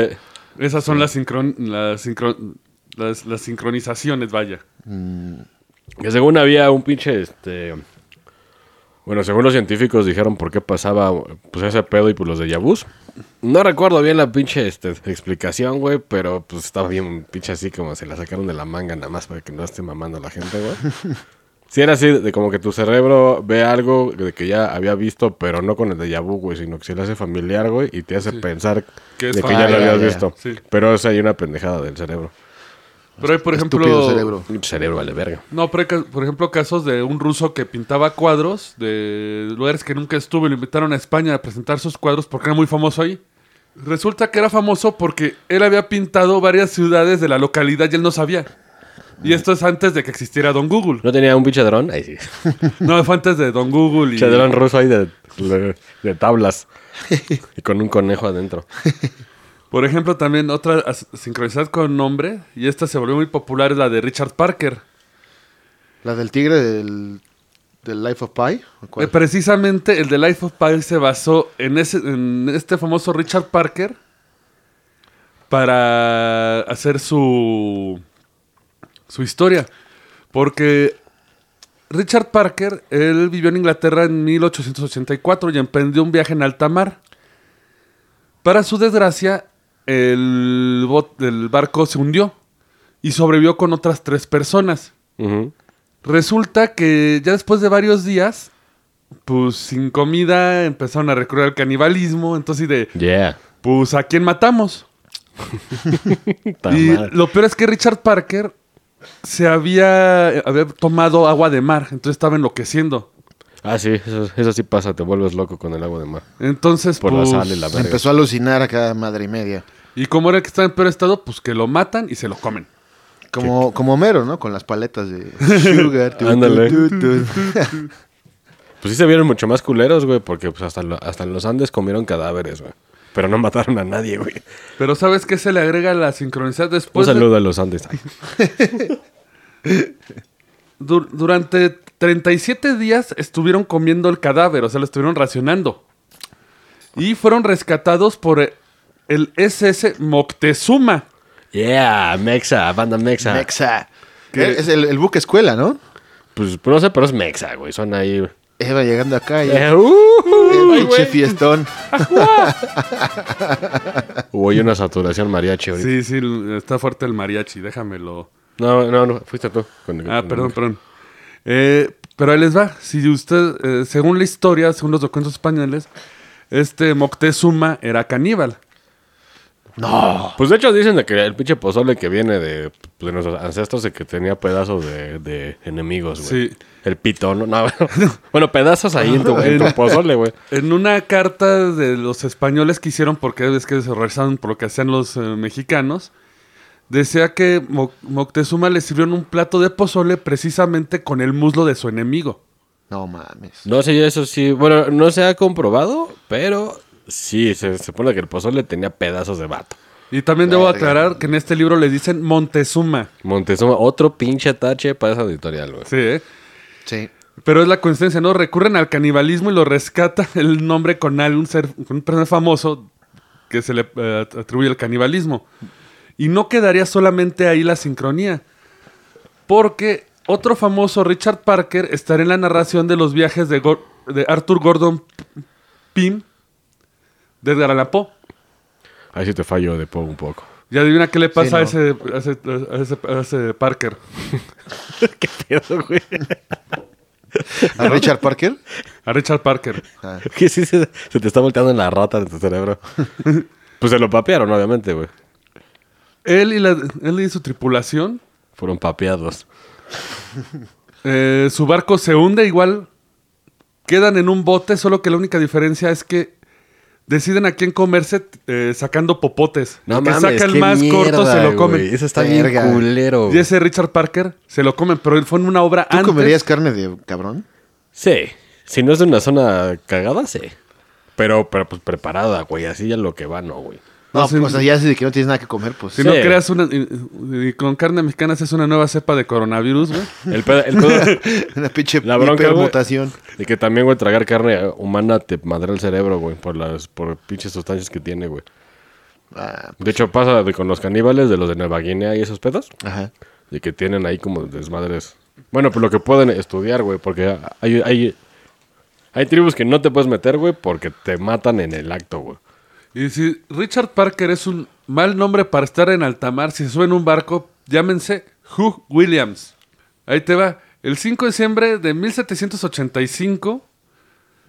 Esas son las, sincron- las, sincron- las- las sincronizaciones, vaya.
Que según había un pinche, este... Bueno, según los científicos dijeron por qué pasaba pues, ese pedo y pues los de Yabús. No recuerdo bien la pinche este, explicación, güey, pero pues estaba bien pinche así como se la sacaron de la manga nada más para que no esté mamando a la gente, güey. Si era así, de como que tu cerebro ve algo de que ya había visto, pero no con el de vu, güey, sino que se le hace familiar, güey, y te hace pensar
Que es
de que
fa-
ya lo
Ah, ya,
habías
ya.
visto.
Sí.
Pero eso hay una pendejada del cerebro.
Pero hay, por
Estúpido
ejemplo,
cerebro.
Pinche cerebro vale verga.
No, pero hay ca- por ejemplo, casos de un ruso que pintaba cuadros de lugares que nunca estuvo y lo invitaron a España a presentar sus cuadros porque era muy famoso ahí. Resulta que era famoso porque él había pintado varias ciudades de la localidad y él no sabía. Y esto es antes de que existiera Don Google.
¿No tenía un pinche dron? Ahí sí.
No, fue antes de Don Google. Y,
Pinche dron ruso ahí de, de- de tablas. y con un conejo adentro.
Por ejemplo, también otra as- sincronizada con nombre, y esta se volvió muy popular, es la de Richard Parker.
La del tigre del, del Life of Pi. ¿o cuál?
Eh, precisamente el de Life of Pi se basó en, ese, en este famoso Richard Parker para hacer su, su historia. Porque Richard Parker, él vivió en Inglaterra en 1884 y emprendió un viaje en alta mar. Para su desgracia, el, bot- el barco se hundió y sobrevivió con otras tres personas.
Ujú.
Resulta que ya después de varios días, pues sin comida empezaron a recurrir al canibalismo, entonces y de,
Yeah.
pues a quién matamos.
Ta
Y
madre.
lo peor es que Richard Parker se había, había tomado agua de mar, entonces estaba enloqueciendo.
Ah, sí, eso, eso sí pasa, te vuelves loco con el agua de mar.
Entonces,
Por
pues,
la sal y la verga.
Empezó a alucinar acá madre y media.
y como era que estaba en peor estado, pues que lo matan y se lo comen.
Como, como Homero, ¿no? Con las paletas de sugar. tu, tu,
Ándale.
tu, tu.
Pues sí se vieron mucho más culeros, güey, porque pues hasta, lo- hasta en los Andes comieron cadáveres, güey. Pero no mataron a nadie, güey.
Pero ¿sabes qué se le agrega a la sincronicidad
Un
después? de-
saludo a los Andes. Ay,
du- durante 37 días estuvieron comiendo el cadáver, o sea, lo estuvieron racionando. Y fueron rescatados por eh, el SS Moctezuma.
Yeah, Mexa, banda Mexa.
Mexa. Eh, Es el, el buque escuela, ¿no?
Pues no sé, pero es Mexa, güey. Son ahí. güey.
Eva llegando acá y...
Eh, uh,
eh,
güey.
pinche fiestón.
Hubo ahí una saturación mariachi ahorita.
Sí, sí, l- está fuerte el mariachi, déjamelo.
No, no, no, fuiste tú. con-
Ah,
con-
perdón, perdón. Eh, pero ahí les va. Si usted, eh, según la historia, según los documentos españoles, este Moctezuma era caníbal.
Pues de hecho dicen de que el pinche pozole que viene de, de nuestros ancestros de que tenía pedazos de, de enemigos, güey.
Sí.
El pitón, no, no. Bueno, pedazos ahí en tu, en tu pozole, güey.
En una carta de los españoles que hicieron, porque es que se revisaron por lo que hacían los eh, mexicanos, decía que Mo- Moctezuma le sirvieron un plato de pozole precisamente con el muslo de su enemigo.
No mames.
No sé, eso sí. Bueno, no se ha comprobado, pero sí, se se supone que el pozole tenía pedazos de vato.
Y también debo
Verga.
aclarar que en este libro le dicen Montezuma.
Montezuma, otro pinche tache para esa editorial, güey.
Sí, ¿eh?
Sí.
Pero es la coincidencia, ¿no? Recurren al canibalismo y lo rescata el nombre con al- un, ser, con un personaje famoso que se le eh, atribuye el canibalismo. Y no quedaría solamente ahí la sincronía. Porque otro famoso, Richard Parker, estará en la narración de los viajes de, Gor- de Arthur Gordon P- Pym de Edgar Allan Poe.
Ahí sí te fallo de poco un poco.
Y adivina qué le pasa
Sí,
a, ese, a ese- a ese- a ese Parker.
¿Qué pedo, güey?
¿A Richard Parker? Ah.
A Richard Parker.
Que sí se, se te está volteando en la rata de tu cerebro. Pues se lo papearon, obviamente, güey.
Él y, la- él y su tripulación
Fueron papeados.
Eh, su barco se hunde igual. Quedan en un bote, solo que la única diferencia es que deciden a quién comerse eh, sacando popotes.
No
el que
mames,
saca el
qué
más
mierda,
corto se lo
güey.
comen.
Eso está
Verga.
bien culero.
Y
güey.
ese Richard Parker se lo comen, pero él fue en una obra
¿Tú
antes.
comerías carne de cabrón?
Sí. Si no es de una zona cagada, sí. Pero, pero pues preparada, güey. Así ya lo que va, no, güey.
No,
No, sí.
o sea, ya sé de que no tienes nada que comer, pues.
Si no
Sí.
creas una. Y, y con carne mexicana haces una nueva cepa de coronavirus, güey.
El pedo, el pedo
Una pinche
La bronca, güey.
hipermutación.
de que también, güey, tragar carne humana te madre el cerebro, güey. Por las por pinches sustancias que tiene, güey.
Ah,
De hecho, pasa de- con los caníbales de los de Nueva Guinea y esos pedos.
ajá.
Y que tienen ahí como desmadres. Bueno, pues lo que pueden estudiar, güey, porque hay, hay, hay tribus que no te puedes meter, güey, porque te matan en el acto, güey.
Y si Richard Parker es un mal nombre para estar en alta mar, si se sube en un barco, llámense Hugh Williams. Ahí te va. El 5 de diciembre de 1785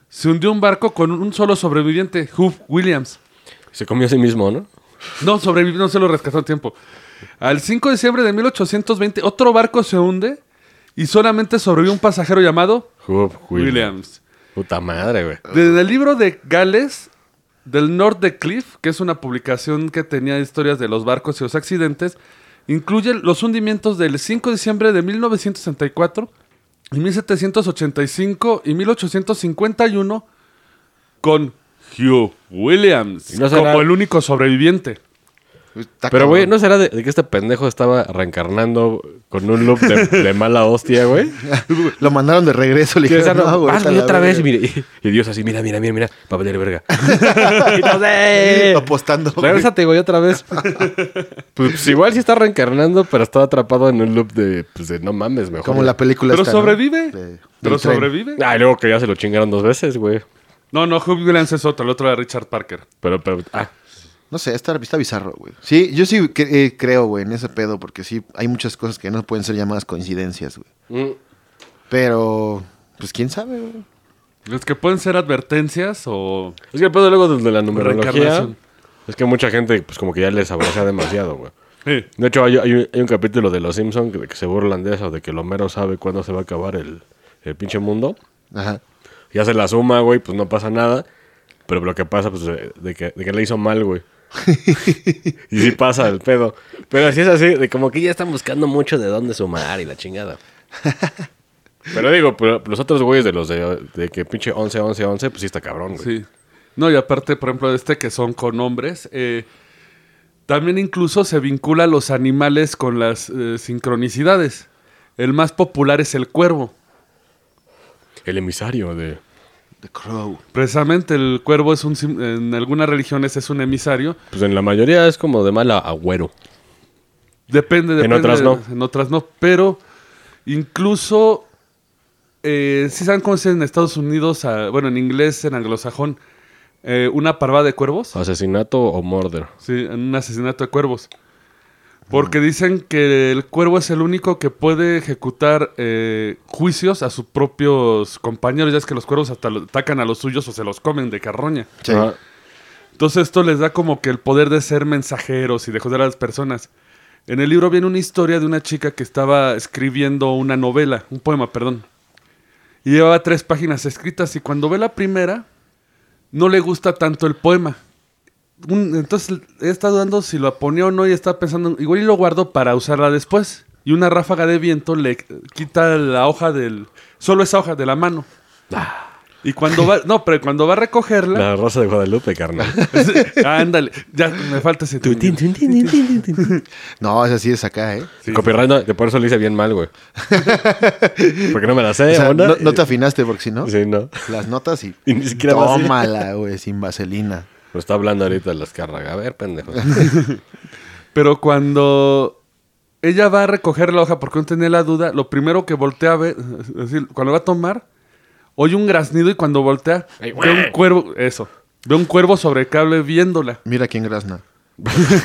se hundió un barco con un solo sobreviviente, Hugh Williams.
Se comió a sí mismo, ¿no?
No, sobrevivió, no se lo rescató a tiempo. Al 5 de diciembre de 1820, otro barco se hunde y solamente sobrevivió un pasajero llamado
Hub William.
Williams.
Puta madre, güey.
Desde el libro de Gales, del North de Cliff, que es una publicación que tenía historias de los barcos y los accidentes, incluye los hundimientos del 5 de diciembre de 1964 y 1785 y 1851 con Hugh Williams
¿Y no será-
como el único sobreviviente.
Está
Pero, güey,
cabrón.
¿no será de, de que este pendejo estaba reencarnando con un loop de, de mala hostia, güey?
Lo mandaron de regreso, le
Que
dijeron,
esa-
no, güey,
vas,
vete a
güey,
la
otra vez, y,
verga".
mire, y- y Dios así, mira, mira, mira, mira, va a valer verga. Y todos, "Eh".
Apostando. güey.
Regrésate, güey, otra vez. Pues, pues, igual sí está reencarnando, pero está atrapado en un loop de, pues, de no mames, mejor.
Como la película
Pero
esta, ¿no?
sobrevive.
De- del
Pero
tren.
sobrevive.
Ah, y luego que ya se lo chingaron dos veces, güey.
No, no, Hugh Williams es otro, el otro era Richard Parker.
Pero, pero, ah,
No sé, está, está bizarro, güey. Sí, yo sí cre- eh, creo, güey, en ese pedo, porque sí hay muchas cosas que no pueden ser llamadas coincidencias, güey.
Mm.
Pero, pues quién sabe, güey.
Los que pueden ser advertencias o...
Es que el pedo luego de la numerología
Reencarnación.
es que mucha gente, pues como que ya les abraza demasiado, güey.
Eh,
De hecho, hay, hay un- hay un capítulo de Los Simpsons que, que se burlan de eso, de que el Homero sabe cuándo se va a acabar el, el pinche mundo.
Ajá.
Ya se la suma, güey, pues no pasa nada. Pero lo que pasa, pues, de, de que, de que le hizo mal, güey. y sí pasa el pedo. Pero así es así, de como que ya están buscando mucho de dónde sumar y la chingada. Pero digo, pero los otros güeyes de los de, de que pinche 11, 11, 11, pues sí está cabrón, güey.
Sí. No, y aparte, por ejemplo, de este que son con hombres, eh, también incluso se vincula a los animales con las eh, sincronicidades. El más popular es el cuervo.
El emisario de.
The Crow.
Precisamente el cuervo es un sim- en algunas religiones es un emisario.
Pues en la mayoría es como de mal a- agüero.
Depende, depende.
otras no.
En otras no. Pero incluso, eh, si saben cómo se dice en Estados Unidos, ah, bueno, en inglés, en anglosajón, eh, una parvada de cuervos.
Asesinato o murder.
Sí, en un asesinato de cuervos. Porque dicen que el cuervo es el único que puede ejecutar eh, juicios a sus propios compañeros. Ya es que los cuervos hasta lo- atacan a los suyos o se los comen de carroña.
Sí.
Ajá.
Entonces esto les da como que el poder de ser mensajeros y de joder a las personas. En el libro viene una historia de una chica que estaba escribiendo una novela, un poema, perdón. Y llevaba tres páginas escritas y cuando ve la primera, no le gusta tanto el poema. Un- entonces está dudando si lo ponía o no y está pensando, igual y lo guardo para usarla después. Y una ráfaga de viento le quita la hoja del... Solo esa hoja de la mano. Y cuando va... No, pero cuando va a recogerla...
La rosa de Guadalupe, carnal.
Ándale, ya me falta ese
Tin,
término.
tin, tin, tin, tin, tin, tin.
No, esa sí es acá, ¿eh?
Sí.
Copyright, no, que por eso lo hice bien mal, güey. Porque no me la sé,
O sea,
¿onda?
no, no te afinaste porque si no,
eh, Sí, no.
las notas y...
Y ni siquiera va a ser.
Tómala, güey, sin vaselina.
Lo está hablando ahorita las carragas. A ver, pendejo.
Pero cuando ella va a recoger la hoja porque no tenía la duda, lo primero que voltea a ver, es decir, cuando va a tomar, oye un graznido y cuando voltea,
Ay,
ve un
güey.
cuervo, eso, ve un cuervo sobre el cable viéndola.
Mira quién grazna.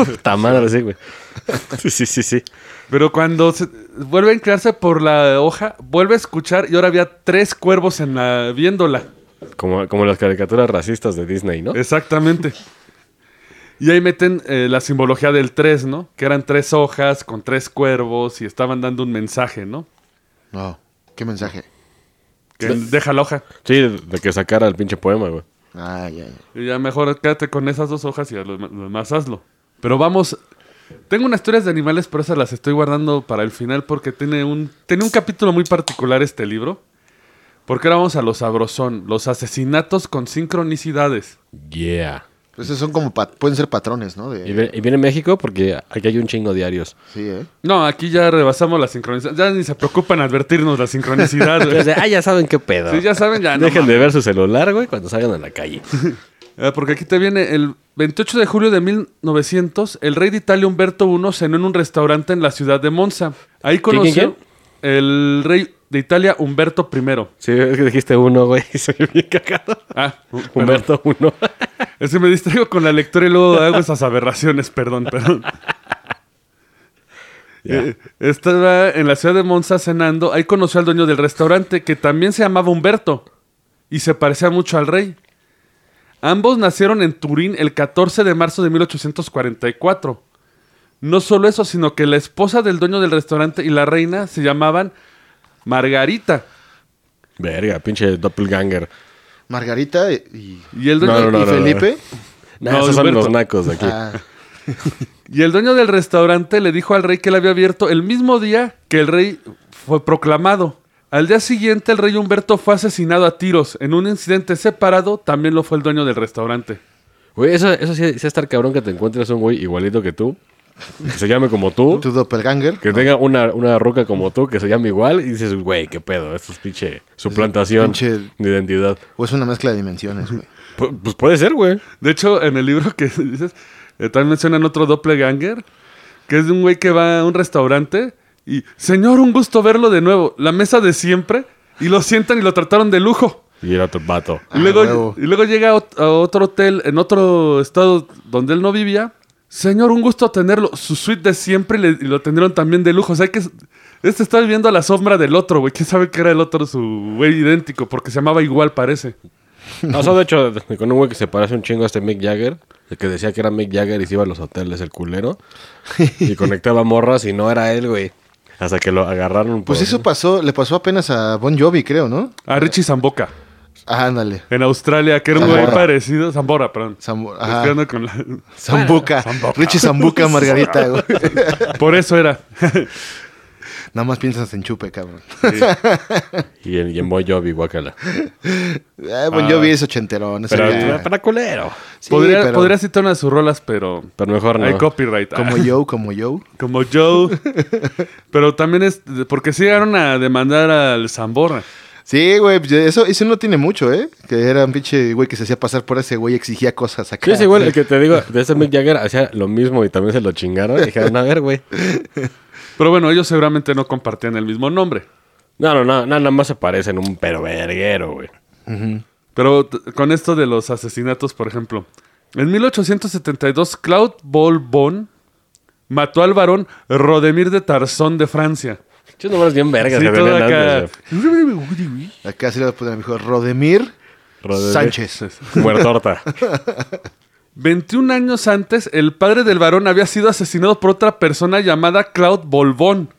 Puta madre, sí, güey. Sí, sí, sí, sí.
Pero cuando se- vuelve a inclinarse por la hoja, vuelve a escuchar y ahora había tres cuervos en la viéndola.
Como, como las caricaturas racistas de Disney, ¿no?
Exactamente. Y ahí meten eh, la simbología del 3, ¿no? Que eran tres hojas con tres cuervos y estaban dando un mensaje, ¿no?
No, qué mensaje.
Que deja la hoja.
Sí, de, de que sacara el pinche poema, güey.
Ah, ya, ya.
Y ya mejor quédate con esas dos hojas y a lo, lo demás hazlo. Pero vamos. Tengo unas historias de animales, pero esas las estoy guardando para el final porque tiene un, tiene un capítulo muy particular este libro. Porque ahora vamos a los sabrosón, los asesinatos con sincronicidades.
Yeah.
Pues Esos son como, pat- pueden ser patrones, ¿no? De-
Eh.
Y, ve- y viene México porque aquí hay un chingo diarios.
Sí, ¿eh?
No, aquí ya rebasamos la sincronicidad. Ya ni se preocupan en advertirnos la sincronicidad. güey.
Entonces, ah, ya saben qué pedo.
Sí, ya saben, ya no
Dejen de ver su celular, güey, cuando salgan a la calle.
Eh, porque aquí te viene el 28 de julio de 1900, el rey de Italia Humberto I cenó en un restaurante en la ciudad de Monza. Ahí
quién,
conoció el rey de Italia Humberto I.
Sí, es que dijiste uno, güey, y soy bien cagado.
Ah, u- perdón.
Humberto uno.
Es que me distraigo con la lectura y luego hago esas aberraciones, perdón, perdón.
Ya.
Eh, estaba en la ciudad de Monza cenando. Ahí conoció al dueño del restaurante, que también se llamaba Humberto. Y se parecía mucho al rey. Ambos nacieron en Turín el 14 de marzo de 1844. No solo eso, sino que la esposa del dueño del restaurante y la reina se llamaban Margarita.
Verga, pinche doppelganger.
Margarita y,
Y el dueño,
No, no, no,
y
no, no.
Felipe.
No,
No,
esos son
Humberto.
los nacos de aquí.
Ah,
Y el dueño del restaurante le dijo al rey que le había abierto el mismo día que el rey fue proclamado. Al día siguiente el rey Humberto fue asesinado a tiros. En un incidente separado también lo fue el dueño del restaurante.
Güey, eso, eso sí, sí estar cabrón que te encuentres un güey igualito que tú, que se llame como tú,
tu doppelganger.
que tenga una, una roca como tú, que se llame igual, y dices, güey, qué pedo, esto es pinche suplantación
pinche-
de identidad.
O es una mezcla de dimensiones, güey.
Pu- pues puede ser, güey.
De hecho, en el libro que dices, eh, también mencionan otro doppelganger, que es de un güey que va a un restaurante y, señor, un gusto verlo de nuevo. La mesa de siempre y lo sientan y lo trataron de lujo.
Y era tu vato.
Y
Ah,
luego,
huevo.
y luego llega ot- a otro hotel en otro estado donde él no vivía. Señor, un gusto tenerlo. Su suite de siempre y, le- y lo tendieron también de lujo. O sea que es- este está viviendo a la sombra del otro, güey. ¿Quién sabe que era el otro su güey idéntico? Porque se llamaba igual, parece.
O sea, de hecho, con un güey que se parece un chingo a este Mick Jagger, el que decía que era Mick Jagger y se iba a los hoteles, el culero, y conectaba morras y no era él, güey. Hasta que lo agarraron.
Pues
por-
eso pasó, le pasó apenas a Bon Jovi, creo, ¿no?
A Richie Zamboca,
Ah, ándale.
en Australia, que era un güey
Zambora.
parecido. Zambora, perdón.
Zambu-
Estoy
ajá.
quedando con la-
Zambuca. Richie Zambuca, Margarita, güey.
Por eso era.
Nada más piensas en chupe, cabrón.
Y en, y en Bon Jovi, guacala.
Eh, bueno, yo vi es ochentero.
Ah. Pero para, culero.
podría, podría citar una de sus rolas, pero
Pero mejor no.
hay copyright. Ah,
Como yo, como yo.
como Joe. pero también es. Porque sí llegaron a demandar al Zamborra.
Sí, güey, pues eso, eso no tiene mucho, ¿eh? Que era un pinche güey que se hacía pasar por ese güey, exigía cosas acá.
Sí, ese güey, el que te digo, de ese Mick Jagger hacía lo mismo y también se lo chingaron. Dijeron, a ver, güey.
Pero bueno, ellos seguramente no compartían el mismo nombre.
No, no, no, nada más se parecen un pero verguero, güey.
Pero t- con esto de los asesinatos, por ejemplo. En 1872, Claude Bolbon mató al varón Rodemir de Tarzón de Francia.
Chus nombres bien vergas,
Sí,
que
todo
vienen
acá.
antes,
Acá se le ponen a mi hijo Rodemir
Rodemir.
Sánchez.
güey. Muertorta.
21 años antes, el padre del varón había sido asesinado por otra persona llamada Claude Bolbon.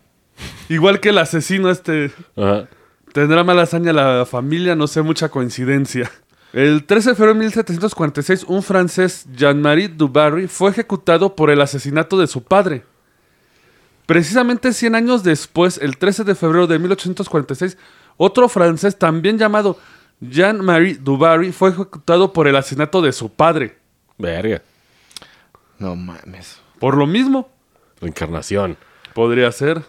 Igual que el asesino este.
Ajá.
Tendrá mala hazaña la familia, no sé, mucha coincidencia. El 13 de febrero de 1746, un francés, Jean-Marie Dubarry, fue ejecutado por el asesinato de su padre. Precisamente 100 años después, el 13 de febrero de 1846, otro francés, también llamado Jean-Marie Dubarry, fue ejecutado por el asesinato de su padre.
Verga.
No mames.
Por lo mismo,
Reencarnación.
podría ser.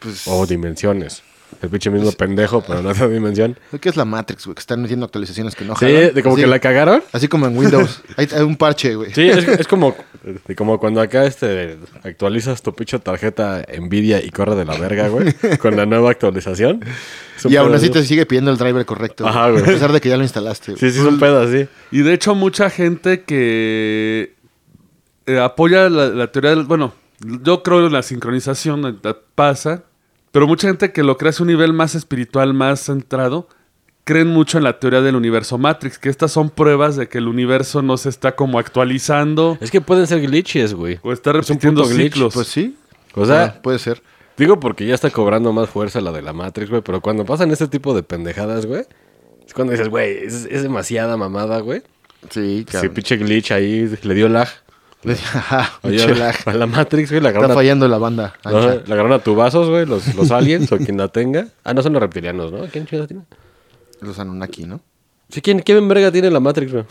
Pues,
O dimensiones. El pinche mismo pendejo, pero en otra dimensión.
¿Qué es la Matrix, güey? Que están metiendo actualizaciones que no
Sí,
jalan.
de como
Así-
que la cagaron.
Así como en Windows. hay, hay un parche, güey.
Sí, es, es como, de como cuando acá este, actualizas tu pinche tarjeta Nvidia y corre de la verga, güey, con la nueva actualización. Es un
Y aún
pedo
así te sigue pidiendo el driver correcto.
Ajá, güey.
A pesar de que ya lo instalaste. güey.
Sí, sí, es un pedo así.
Y de hecho, mucha gente que eh, apoya la, la teoría del. Bueno, yo creo en la sincronización, eh, pasa. Pero mucha gente que lo cree a un nivel más espiritual, más centrado, creen mucho en la teoría del universo Matrix, que estas son pruebas de que el universo no se está como actualizando
Es que pueden ser glitches, güey.
o está
Es un
repitiendo
puto glitch,
ciclos.
Pues sí.
O sea,
Ah, puede ser.
digo porque ya está cobrando más fuerza la de la Matrix, güey, pero cuando pasan este tipo de pendejadas, güey, es cuando dices, güey, es, es demasiada mamada, güey.
Sí,
Ese
cabrón.
pinche glitch ahí le dio lag.
Ajá,
Oye,
pinche
a la-
lag.
A la Matrix, güey, la
Está
agarraron a,
fallando la banda.
ajá,
ancha.
la agarraron a tubazos, güey, los, los aliens o quien la tenga. Ah, no son los reptilianos, ¿no? ¿Quién chingados tiene?
Los Anunnaki, ¿no?
Sí, ¿quién, ¿quién verga tiene la Matrix, güey?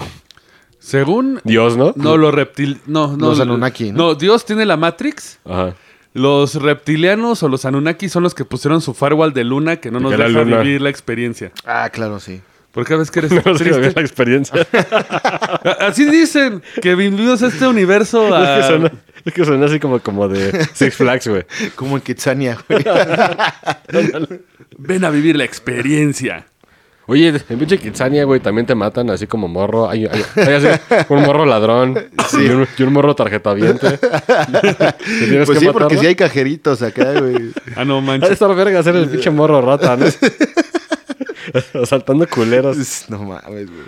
Según.
Dios, ¿no?
No, los reptil. No, no.
Los Anunnaki, ¿no?
¿no? Dios tiene la Matrix.
Ajá.
Los reptilianos o los Anunnaki son los que pusieron su firewall de luna que no nos
Que la
deja
luna.
vivir la experiencia.
Ah, claro, sí.
Porque cada vez que eres
No sé
triste,
la experiencia.
A- Así dicen que vivimos este universo a...
es, que suena, es que suena así como, como de Six Flags, güey.
Como en Kitsania, güey.
Ven a vivir la experiencia.
Oye, en pinche Kitsania, güey, también te matan así como morro. Hay, hay- hay así un morro ladrón y, un, y un morro tarjetaviente. Que tienes que
Pues sí, porque
matarlo.
sí hay cajeritos acá, güey.
Ah, no
Ha de
manches.
estar verga ser el pinche morro rata, ¿no? Asaltando culeros.
No mames, güey.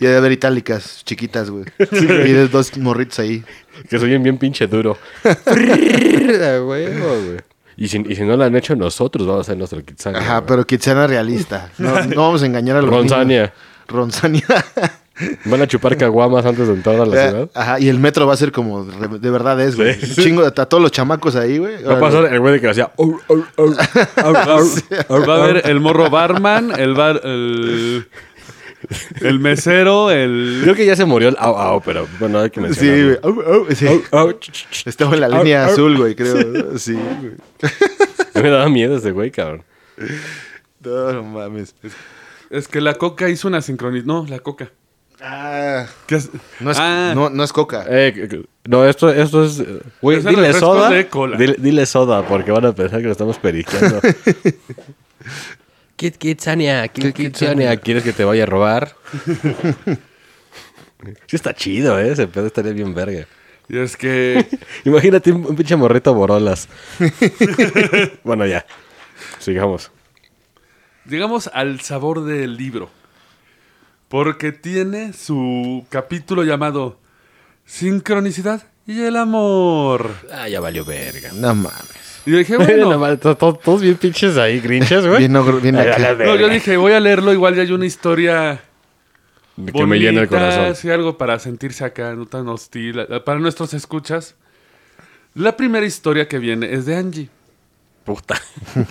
Y debe haber itálicas chiquitas, güey. y de dos morritos ahí.
Que soy bien pinche duro. Frrrr, huevo, güey. Y si, y si no lo han hecho nosotros, vamos a hacer nuestro Kitsania.
Ajá,
güey.
pero Kitsania realista. No, no vamos a engañar a los niños.
Ronzania.
Ronzania.
Van a chupar caguamas antes de entrar a
Eh,
la ciudad.
Ajá, y el metro va a ser como re- de verdad es, güey.
Sí.
Un Chingo de- a todos los chamacos ahí, güey.
Va a pasar el güey de que hacía. "Au, au, au, au, au".
Va a haber el morro barman, el bar... El, el mesero, el...
Creo que ya se murió el au, au, pero bueno, hay que
Sí,
mencionarlo.
güey. Au, au, sí.
Au, ch, ch, ch.
Estaba en la
Au,
línea
au.
azul, güey, creo. Sí, güey. Este,
Me daba miedo ese güey, cabrón.
No, no mames.
Es que la coca hizo una sincronización. No, la coca.
Ah,
¿Qué es?
no, es,
Ah,
no, no es coca.
Eh, que- que- no, esto, esto es. E, eh, Güey,
Es el
dile
refresco
soda.
de cola.
Dile, dile soda, porque van a pensar que lo estamos periqueando. Kit Kitsania, Kit Kitsania. ¿Quieres que te vaya a robar? sí, está chido, ¿eh? Ese pedo estaría bien verga.
Y es que...
Imagínate un, un pinche morrito borolas. bueno, ya. Sigamos.
Llegamos al sabor del libro. Porque tiene su capítulo llamado Sincronicidad y el amor.
Ah, ya valió verga.
No mames.
Y yo dije,
Bueno,
bueno...
todos, todos bien pinches ahí, grinches, güey.
Bien, ogro- bien
Ah,
acá.
la
No, yo
verga.
dije, voy a leerlo, igual ya hay una historia...
Que me llena el corazón.
y algo para sentirse acá, no tan hostil. Para nuestros escuchas, la primera historia que viene es de Angie.
Puta.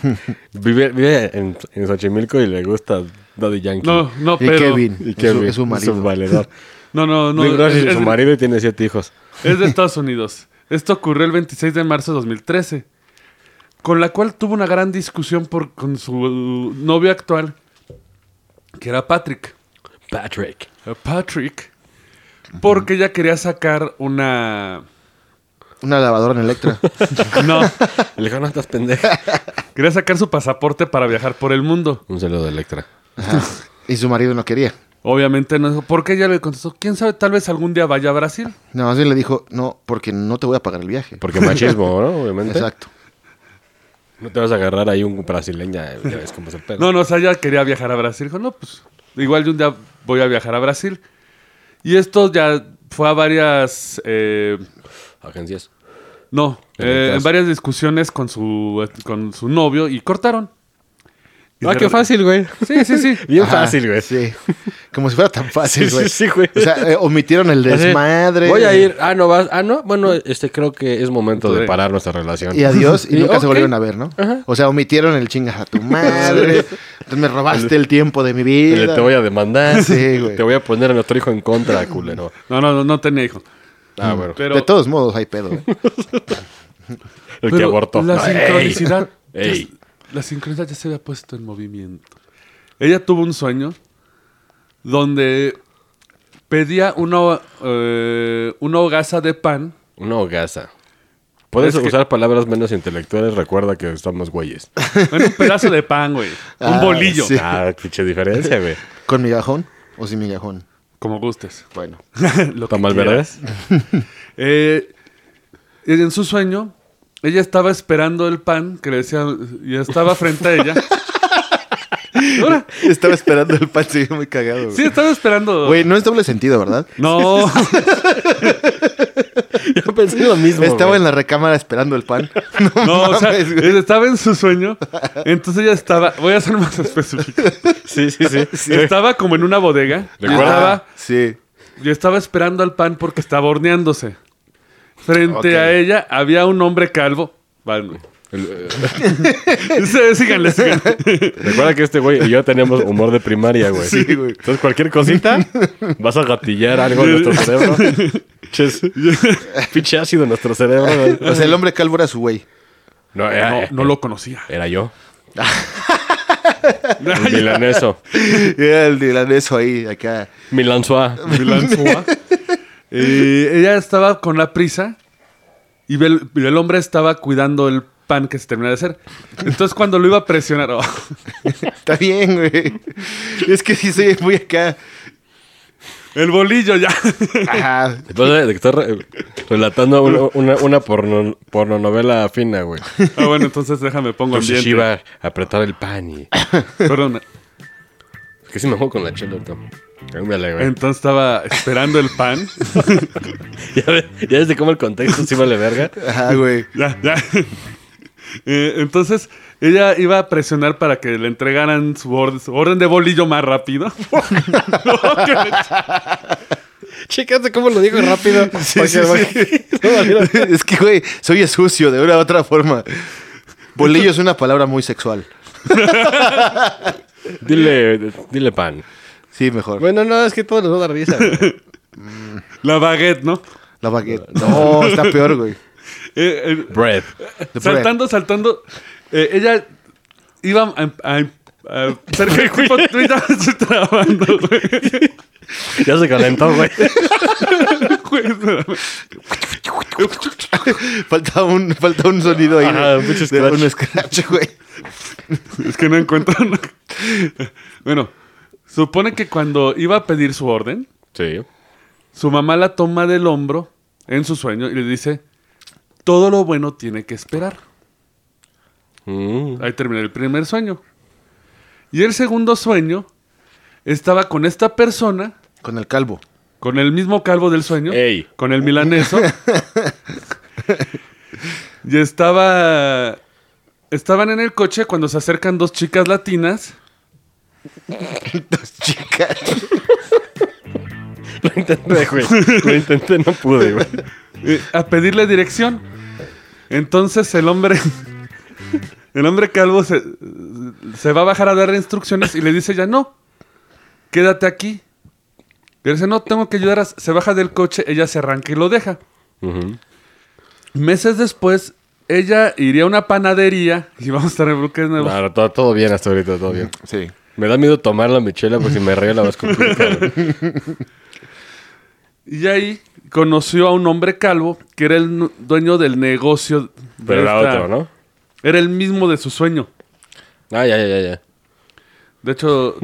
vive vive en, en Xochimilco y le gusta Daddy Yankee.
No, no,
Y
pero.
Kevin,
Y
es su-
Kevin,
es su marido.
Su valedor.
No, no, no.
Dick Rush
es-
y
es-
su marido y tiene siete hijos.
Es de Estados Unidos. Esto ocurrió el 26 de marzo de 2013, con la cual tuvo una gran discusión por, con su novio actual, que era Patrick.
Patrick.
Patrick, porque ella quería sacar una...
Una lavadora en Electra.
No,
Le dijo, no estás pendeja.
quería sacar su pasaporte para viajar por el mundo.
Un saludo de Electra.
y su marido no quería.
Obviamente no, porque ella le contestó, quién sabe, tal vez algún día vaya a Brasil.
Nada más bien le dijo, no, porque no te voy a pagar el viaje.
Porque machismo, ¿no? Obviamente.
Exacto.
No te vas a agarrar ahí un brasileña. eh, Ya ves cómo es el pedo.
No, no, o sea, ella quería viajar a Brasil. Dijo, no, pues igual yo un día voy a viajar a Brasil. Y esto ya fue a varias... eh,
Agencias.
No,
En
eh,
el
en
caso.
varias discusiones con su, con su novio y cortaron. Y
Ah,
se
qué
re-
fácil, güey.
Sí, sí, sí.
Bien
Ajá,
fácil, güey.
Sí. Como si fuera tan fácil,
Sí, sí,
güey.
sí, güey.
O sea, eh, omitieron el
Así,
desmadre.
Voy a ir. Ah, no vas. Ah, no. Bueno, este creo que es momento de
Sí.
parar nuestra relación.
Y adiós, y
Y,
nunca
ok.
se volvieron a ver, ¿no? O sea, omitieron el chingas a tu madre. me robaste el tiempo de mi
Le-
vida.
te voy a demandar.
Sí, güey.
Te voy a poner a nuestro hijo en contra, culero.
No, no, no, no tenía hijos.
Ah, bueno.
Pero,
De todos modos, hay pedo. güey.
El que
pero
abortó.
La
Ay,
sincronicidad. ya
Ey.
se- la sincronicidad ya se había puesto en movimiento. Ella tuvo un sueño donde pedía una, eh, una hogaza de pan.
Una hogaza. Puedes
Es que-
usar palabras menos intelectuales. Recuerda que estamos güeyes.
Bueno, un pedazo de pan, güey.
Ah,
un bolillo.
sí.
Ah, pinche diferencia, güey.
¿Con migajón o sin migajón?
Como gustes.
Bueno.
Lo que
¿Tamal
quieras.
verdes?
Eh, en su sueño, ella estaba esperando el pan que le decía y estaba frente a ella. Ahora,
Estaba esperando el pan, se vio muy cagado. güey.
sí, estaba esperando.
Güey, no es doble sentido, ¿verdad?
No,
Yo pensé lo mismo.
Estaba
güey.
en la recámara esperando el pan. No,
no, o sea,
mames, güey.
estaba en su sueño. Entonces ella estaba, voy a ser más específico.
Sí, sí, sí.
Estaba como en una bodega. Y
Recuerda.
estaba,
Sí.
y estaba esperando al pan porque estaba horneándose. Frente a
Ok.
ella había un hombre calvo. Bueno, sí, síganle, síganle.
Recuerda que este güey y yo tenemos humor de primaria, güey.
Sí, güey.
Entonces, cualquier cosita, vas a gatillar algo en nuestro cerebro. Ches, pinche ácido en nuestro cerebro. güey.
O sea, el hombre calvo era su güey.
No, era, eh,
No, no lo conocía.
era yo. El milaneso.
Era el de eso ahí, acá.
Milanzoa.
Eh, ella estaba con la prisa y el, y el hombre estaba cuidando el pan que se terminaba de hacer. Entonces cuando lo iba a presionar, oh,
Está bien, güey. Es que sí soy muy acá.
el bolillo ya.
Ajá.
Entonces, estás re- relatando una, una, una porno, pornonovela fina, güey.
Ah, bueno, entonces déjame pongo
Entonces,
ambiente.
Shiva apretar el pan y...
Perdón.
Es que si me juego con la chela, ahorita. Cámbiale, güey.
Entonces estaba esperando el pan.
Ya, ve- ya desde cómo el contexto sí vale verga.
Ajá, güey.
Ya, ya. Eh, entonces ella iba a presionar para que le entregaran su, orden- su orden de bolillo más rápido.
Chécate cómo lo digo rápido.
Sí, sí, sí. es que, güey, soy sucio de una u otra forma. Bolillo es una palabra muy sexual.
Dile, dile pan.
Sí, mejor.
Bueno, no, es que todo nos da risa.
La baguette, ¿no?
La baguette. No, está peor, güey.
Eh, eh,
Bread.
The
saltando, saltando. eh, ella iba a. a- a- cerca de tipo, tú ya me estoy trabando, güey.
Ya se calentó, güey.
Güey, espérame.
Falta un, falta un sonido ahí.
Ajá,
de-
un pinche
de
scratch.
Un scratch, güey.
Es que no encuentro. una- Bueno, supone que cuando iba a pedir su orden,
Sí.
su mamá la toma del hombro en su sueño y le dice: Todo lo bueno tiene que esperar.
Mm.
Ahí terminó el primer sueño. Y el segundo sueño estaba con esta persona
Con el calvo.
Con el mismo calvo del sueño.
Ey.
Con el milaneso. y estaba. Estaban en el coche cuando se acercan dos chicas latinas.
Chica.
Lo intenté, güey. Lo intenté, no pude, güey.
eh, a pedirle dirección. Entonces el hombre. El hombre calvo se, se va a bajar a darle instrucciones y le dice ya no, quédate aquí. Y él dice, no, tengo que ayudar. a- Se baja del coche, ella se arranca y lo deja.
Ujú.
Meses después, ella iría a una panadería y vamos a estar en Brooklyn Nuevo.
Claro, todo, todo bien hasta ahorita, todo bien.
Sí.
Me da miedo tomar la michela porque si me río la vas a complicar. güey.
Y ahí conoció a un hombre calvo que era el nu- dueño del negocio. de
Pero era
esta-
otro, ¿no?
Era el mismo de su sueño.
Ah, ya, ya, ya, ya.
De hecho,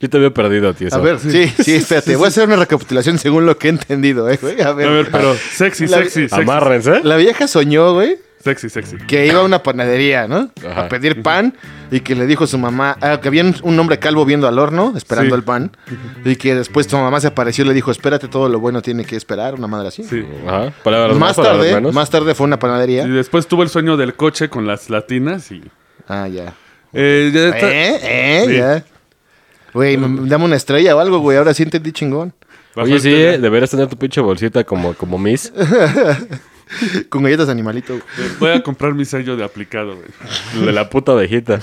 Yo te había perdido a ti.
A ver, sí, sí, espérate. Voy a hacer una recapitulación según lo que he entendido, eh, güey. A ver,
a ver, pero sexy,
La-
sexy, sexy.
Amárrense.
La vieja soñó, güey,
Sexy, sexy.
que iba a una panadería, ¿no?
Ajá.
A pedir pan y que le dijo su mamá, ah, que había un- un hombre calvo viendo al horno, esperando
Sí.
el pan, y que después su mamá se apareció y le dijo, espérate, todo lo bueno tiene que esperar, una madre así.
Sí.
Ajá. Palabras más,
Más
palabras
tarde,
menos.
más tarde fue a una panadería.
Y después tuvo el sueño del coche con las latinas y...
Ah, ya.
Eh, ya está-
¿Eh? ¿Eh?
Sí.
Ya. Güey, m- dame una estrella o algo, güey. Ahora sí entendí chingón.
Bajo
Oye,
el
sí,
tele-
eh, deberías tener tu pinche bolsita como, como Miss.
Con galletas de animalito. güey.
Voy a comprar mi sello de aplicado, güey.
De la puta abejita.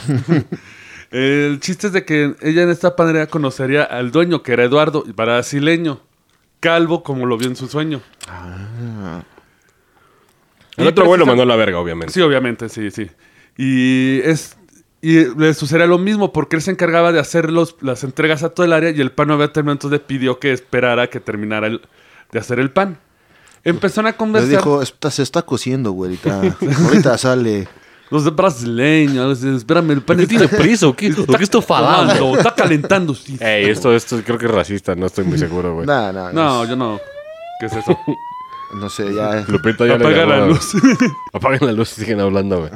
El chiste es de que ella en esta panadería conocería al dueño, que era Eduardo, brasileño, calvo, como lo vio en su sueño.
Ah.
El
Y
otro güey
precisamente-
lo mandó a la verga, obviamente.
Sí, obviamente, sí, sí. Y es y le sucedería lo mismo porque él se encargaba de hacer los, las entregas a todo el área y el pan no había terminado, entonces le pidió que esperara que terminara el- de hacer el pan. Empezaron a
Le
conversar
dijo, "Está- se está cociendo, güey. Ahorita, ahorita sale.
los de brasileños, espérame, el pan
¿Qué tiene prisa? ¿O qué,
está
¿O qué está falando?
tomando, está calentando. sí.
Ey, esto, esto creo que es racista, no estoy muy seguro, güey.
No, no,
No,
no.
yo no. ¿Qué es eso?
No sé, ya.
Lupita ya le
Apaga
llamó,
la
güey.
luz.
Apaguen la luz y siguen hablando, güey.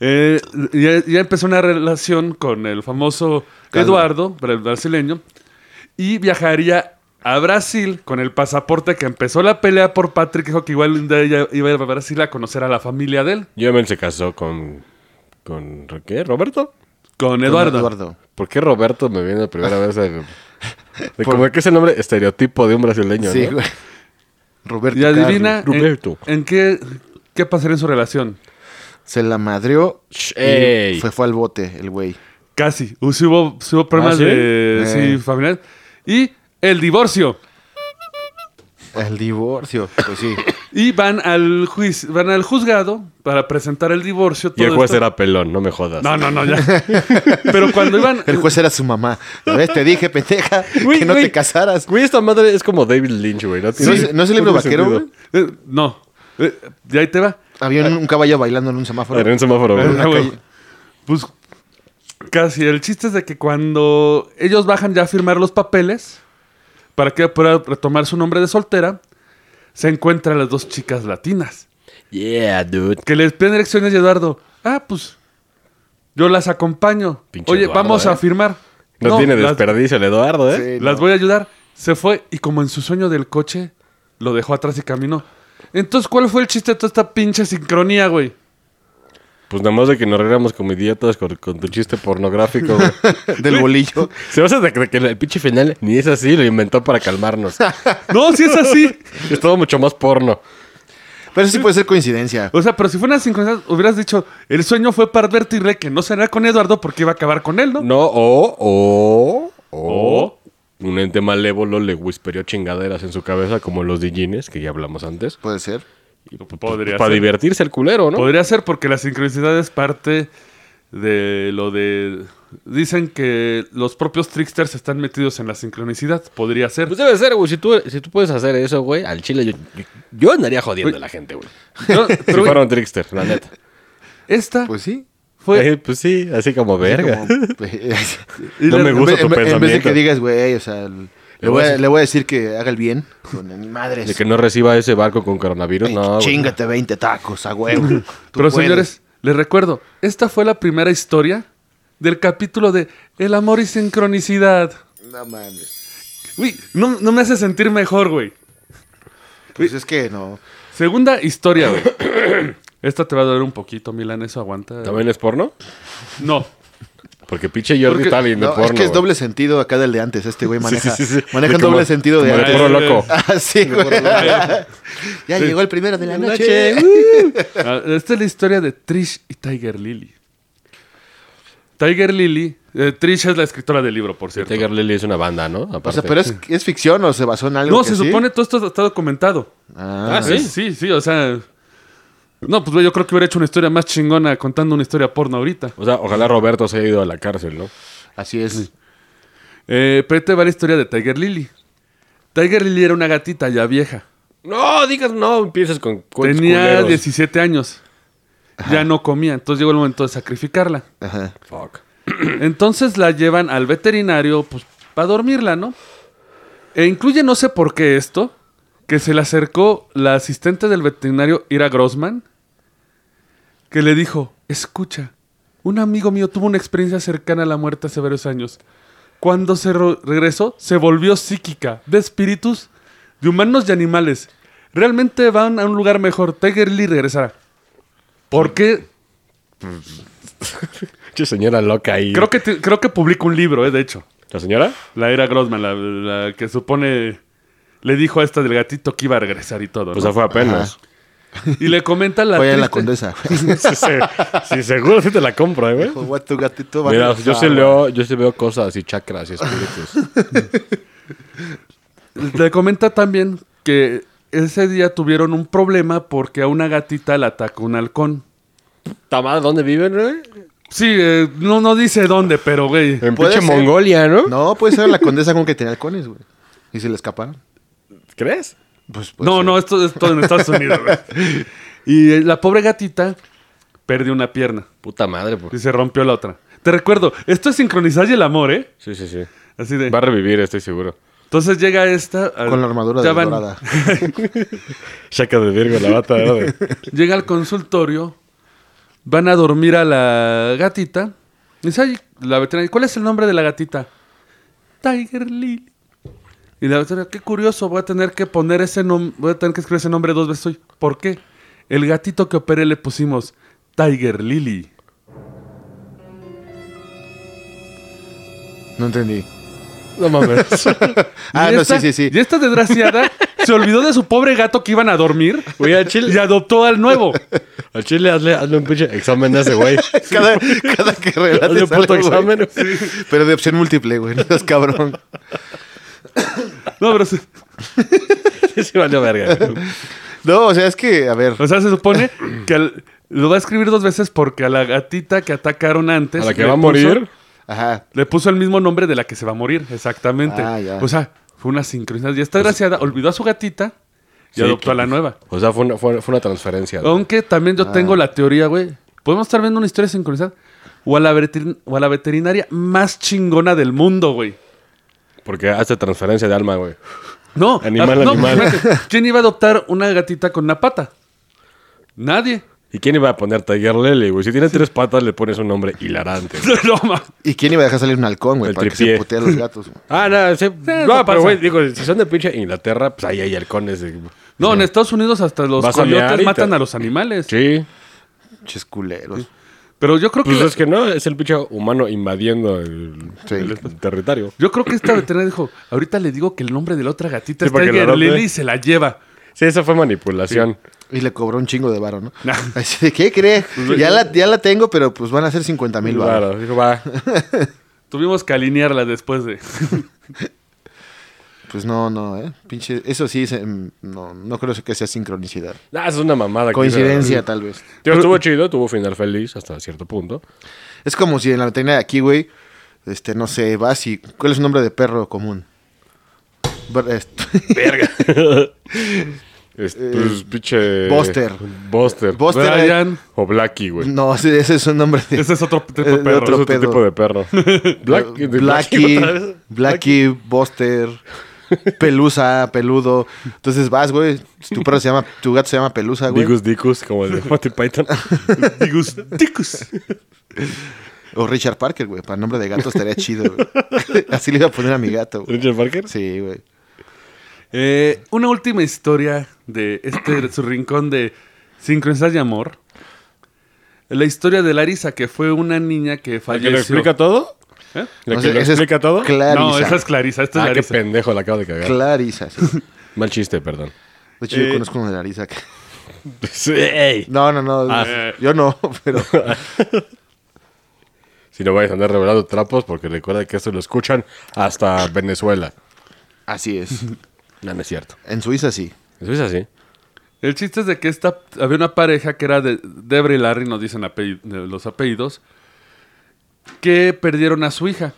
Eh, ya, ya empezó una relación con el famoso
Calvo.
Eduardo, bra- brasileño, y viajaría a Brasil con el pasaporte que empezó la pelea por Patrick, dijo que igual un día ella iba a ir a Brasil a conocer a la familia de él,
Yo también se casó con. ¿Con qué? ¿Roberto?
con Eduardo.
Eduardo.
¿Por qué Roberto me viene la primera vez? al- de como que es el nombre estereotipo de un brasileño,
Sí,
¿no?
güey. Roberto.
Y adivina
Carlos.
Carlos.
en-
Roberto.
en, qué, qué pasaría en su relación.
Se la madrió.
Sh-
y
ey.
Fue, fue al bote, el güey.
Casi, Uh, sí hubo, sí hubo problemas
¿Ah, sí?
de sí,
Eh.
familiar. Y el divorcio.
El divorcio. Pues sí.
Y van al, juiz, van al juzgado para presentar el divorcio.
Y el
todo
juez
esto.
era pelón, no me jodas.
No, no, no, ya. Pero cuando iban.
El juez era su mamá. ¿Ves? Te dije, pendeja,
Güey,
que no
güey.
te casaras.
Güey, esta madre es como David Lynch, güey. No,
¿No es- no es el libro vaquero, güey?
Eh, no. Eh, y ahí te va.
Había un, un caballo bailando en un semáforo.
En un semáforo, güey.
Ah, güey. Pues casi. El chiste es de que cuando ellos bajan ya a firmar los papeles para que ella pueda retomar su nombre de soltera, se encuentran las dos chicas latinas
Yeah, dude.
que les piden direcciones y Eduardo. Ah, pues yo las acompaño.
Pinche
Oye,
Eduardo,
vamos
eh.
a firmar.
No, tiene
las-
desperdicio el Eduardo, ¿eh?
Sí, no.
Las voy a ayudar. Se fue y como en su sueño del coche, lo dejó atrás y caminó. Entonces, ¿cuál fue el chiste de toda esta pinche sincronía, güey?
Pues nada más de que nos riéramos como idiotas con, con tu chiste pornográfico, güey.
Del bolillo.
Se basa de que el pinche final ni es así, lo inventó para calmarnos.
No, si es así.
es todo mucho más porno.
Pero eso sí puede ser coincidencia.
O sea, pero si fue una sincronía, hubieras dicho, el sueño fue para advertirle que no será con Eduardo porque iba a acabar con él, ¿no?
No, o, o, o.
O.
Un ente malévolo le whispereó chingaderas en su cabeza, como los Digines, que ya hablamos antes.
Puede ser.
pues, Podría
Pues, para
ser.
divertirse el culero, ¿no?
Podría ser porque la sincronicidad es parte de lo de... Dicen que los propios tricksters están metidos en la sincronicidad. Podría ser.
Pues debe ser, güey. Si tú, si tú puedes hacer eso, güey, al chile yo, yo, yo andaría jodiendo a la gente, güey.
No,
Si
pero, güey,
fuera un trickster, la neta.
esta
Pues sí.
fue...
Eh, pues sí, así como verga.
Como- pues,
y
no
la-
me
En
gusta
vez-
tu
en, vez- en vez de
pensamiento.
que digas, güey, o sea, le, voy a, le voy a decir que haga el bien. Con mi madre.
De que no reciba ese barco con coronavirus, no. güey.
Chingate 20 tacos a huevo. Tú
Pero
puedes.
señores, les recuerdo, esta fue la primera historia del capítulo de El amor y sincronicidad.
No mames.
Uy, no, no me hace sentir mejor, güey.
Pues es que no.
Segunda historia, güey. Esta te va a doler un poquito, Milan, eso aguanta.
¿También es porno?
No.
Porque pinche Jordi
Porque-
está lindo
No,
porno.
es que es
güey.
doble sentido acá del de antes. Este güey maneja,
sí, sí.
maneja
De
un
como-
doble sentido de
como de
antes.
puro loco.
Ah, sí, güey.
Eh,
ya llegó el primero de la noche.
Ah, Esta es la historia de Trish y Tiger Lily. Tiger Lily, eh, Trish es la escritora del libro, por cierto.
Tiger Lily es una banda, ¿no?
O
Aparte.
sea, pero es, es ficción o se basó en algo.
No,
que
se
sí?
supone todo esto está documentado.
Ah,
Es- sí, sí, o sea. No, pues güey, yo creo que hubiera hecho una historia más chingona contando una historia porno ahorita.
O sea, ojalá Roberto se haya ido a la cárcel, ¿no?
Así es.
Eh, pero ahí te va la historia de Tiger Lily. Tiger Lily era una gatita ya vieja.
No, digas, no, empieces con cuentos
Tenía
culeros.
17 años. Ya no comía, entonces llegó el momento de sacrificarla.
Ajá.
Fuck.
Entonces la llevan al veterinario, pues, para dormirla, ¿no? E incluye, no sé por qué esto, que se le acercó la asistente del veterinario, Ira Grossman, que le dijo, escucha, un amigo mío tuvo una experiencia cercana a la muerte hace varios años. Cuando se ro- regresó, se volvió psíquica, de espíritus, de humanos y animales. Realmente van a un lugar mejor. Tiger Lee regresará. ¿Por qué
Che, señora loca ahí.
Creo que, te- creo que publica un libro, eh, de hecho.
¿La señora?
La era Grossman, la, la que supone le dijo a esta del gatito que iba a regresar y todo.
Pues
¿no?
ya fue apenas.
Y le comenta la,
Fue en la
triste-
condesa.
sí, se- sí, seguro sí te la compro, eh, güey.
Juega tu gatito. va a
Mira, yo
regresar,
sí,
güey.
leo, yo sí veo cosas y chakras y espíritus.
le comenta también que ese día tuvieron un problema porque a una gatita la atacó un halcón.
Tamada, ¿dónde viven, güey?
Sí, eh, no, no dice dónde, pero güey.
En
Puede
pinche
ser.
Mongolia, ¿no?
No, puede ser la condesa con que tenía halcones, güey. Y se le escaparon.
¿Crees?
Pues, puede
No,
ser.
no, esto es todo en Estados Unidos. güey. Y eh, la pobre gatita perdió una pierna
Puta madre, pues.
y se rompió la otra. Te recuerdo, esto es sincronizar y el amor, ¿eh?
Sí, sí, sí.
Así de.
Va a revivir, estoy seguro.
Entonces llega esta. a-
Con la armadura
ya
de
van-
dorada.
Chaca de Virgo, la bata era de...
Llega al consultorio, van a dormir a la gatita. Dice, "Ay, la veterinaria, ¿cuál es el nombre de la gatita? Tiger Lily. Y la veterinaria, qué curioso, voy a tener que poner ese nombre, voy a tener que escribir ese nombre dos veces hoy. ¿Por qué? El gatito que operé le pusimos Tiger Lily.
No entendí.
No mames.
Ah,
Y
no,
esta-
sí, sí,
Y
sí.
esta desgraciada se olvidó de su pobre gato que iban a dormir
Güey, al
y
chile,
adoptó al nuevo.
al chile hazle, hazle un pinche examen a ese güey.
Cada, cada que
Hazle
relates
un puto
algo,
examen.
güey.
güey.
Pero de opción múltiple, güey. No seas cabrón.
No, pero se-
Sí, sí, valió verga. güey.
No, o sea, es que, a ver.
O sea, se supone que al- lo va a escribir dos veces porque a la gatita que atacaron antes.
A la que
le
va a
puso-
morir.
Ajá.
Le puso el mismo nombre de la que se va a morir, exactamente.
Ah, ya.
O sea, fue una sincronización. Y esta desgraciada olvidó a su gatita y
Pues Sí,
adoptó a la
que-
nueva.
O sea, fue una, fue, fue una transferencia. güey.
Aunque también
Ah.
yo tengo la teoría, güey. Podemos estar viendo una historia sincronizada. O a, la veterin- o a la veterinaria más chingona del mundo, güey.
Porque hace transferencia de alma, güey.
No.
Animal,
ah, no,
animal.
imagínate, ¿Quién iba a adoptar una gatita con una pata? Nadie.
¿Y quién iba a poner Tiger Lily, güey? Si tiene tres patas, le pones un nombre hilarante. güey.
no, ma.
¿Y quién iba a dejar salir un halcón, güey?
El
Para que
tripié.
se putean los gatos, güey.
Ah, no, sí.
no
no, pero güey,
pasa.
digo, si son de pinche Inglaterra, pues ahí hay halcones. eh.
No, en Estados Unidos hasta los
Vas a mear y
coyotes
te-
matan a los animales.
Sí.
Pinches culeros.
Pero yo creo
Pues
que
es que no, es el pinche humano invadiendo el,
Sí.
el territorio.
yo creo que esta veterinaria dijo, ahorita le digo que el nombre de la otra gatita
Sí,
es
porque la
Tiger
adopte.
Lily y se la lleva.
Sí, esa fue manipulación.
Y le cobró un chingo de varo, ¿no? Así de, ¿qué cree?
Pues,
Ya la, ya la tengo, pero pues van a ser 50 mil varos.
Claro, dijo, va.
Tuvimos que alinearla después de.
Pues no, no, ¿eh? Pinche, eso sí, se- mm, no, no creo que sea sincronicidad.
Ah, es una mamada. que-
Coincidencia, tal vez.
Tío, estuvo chido, tuvo final feliz hasta cierto punto.
Es como si en la veterinaria de aquí, güey, este, no sé, vas y... ¿Cuál es un nombre de perro común? Br- este-
Es, pues, pinche.
Eh, Buster.
Buster.
Buster.
Brian,
O Blackie, güey.
no, ese, ese es un nombre de...
ese es otro tipo
Eh,
de
de
perro.
otro
es otro
pedo.
tipo de perro. Black- de
Blackie,
otra vez.
Blackie, Buster, Pelusa, Peludo. Entonces vas, güey, tu perro se llama, tu gato se llama Pelusa, güey.
Dicus Dicus, como el de Monty Python.
Digus, ticus.
O Richard Parker, güey. Para nombre de gato estaría chido, güey. Así le iba a poner a mi gato, güey.
Richard Parker.
Sí, güey.
Eh, una última historia de este de su rincón de sincronizar y amor. la historia de Larisa, que fue una niña que
¿La que lo
falleció.
explica todo?
¿Eh?
¿La
No
que
sé,
lo
esa es
explica todo?
Clarisa.
No, esa es Clarisa, esta es
Ah, qué
Larisa.
pendejo, la acabo de cagar.
Clarisa, sí.
Mal chiste, perdón.
De hecho, yo
Eh.
conozco uno de Larisa. que-
Sí.
No, no, no.
Ah.
Yo no, pero.
Si no vais a andar revelando trapos, porque recuerda que esto lo escuchan hasta Venezuela.
Así es.
No, no es cierto.
En Suiza sí.
Eso es así.
El chiste es de que esta, había una pareja que era de Debra y Larry, nos dicen apelli- eh, los apellidos, que perdieron a su hija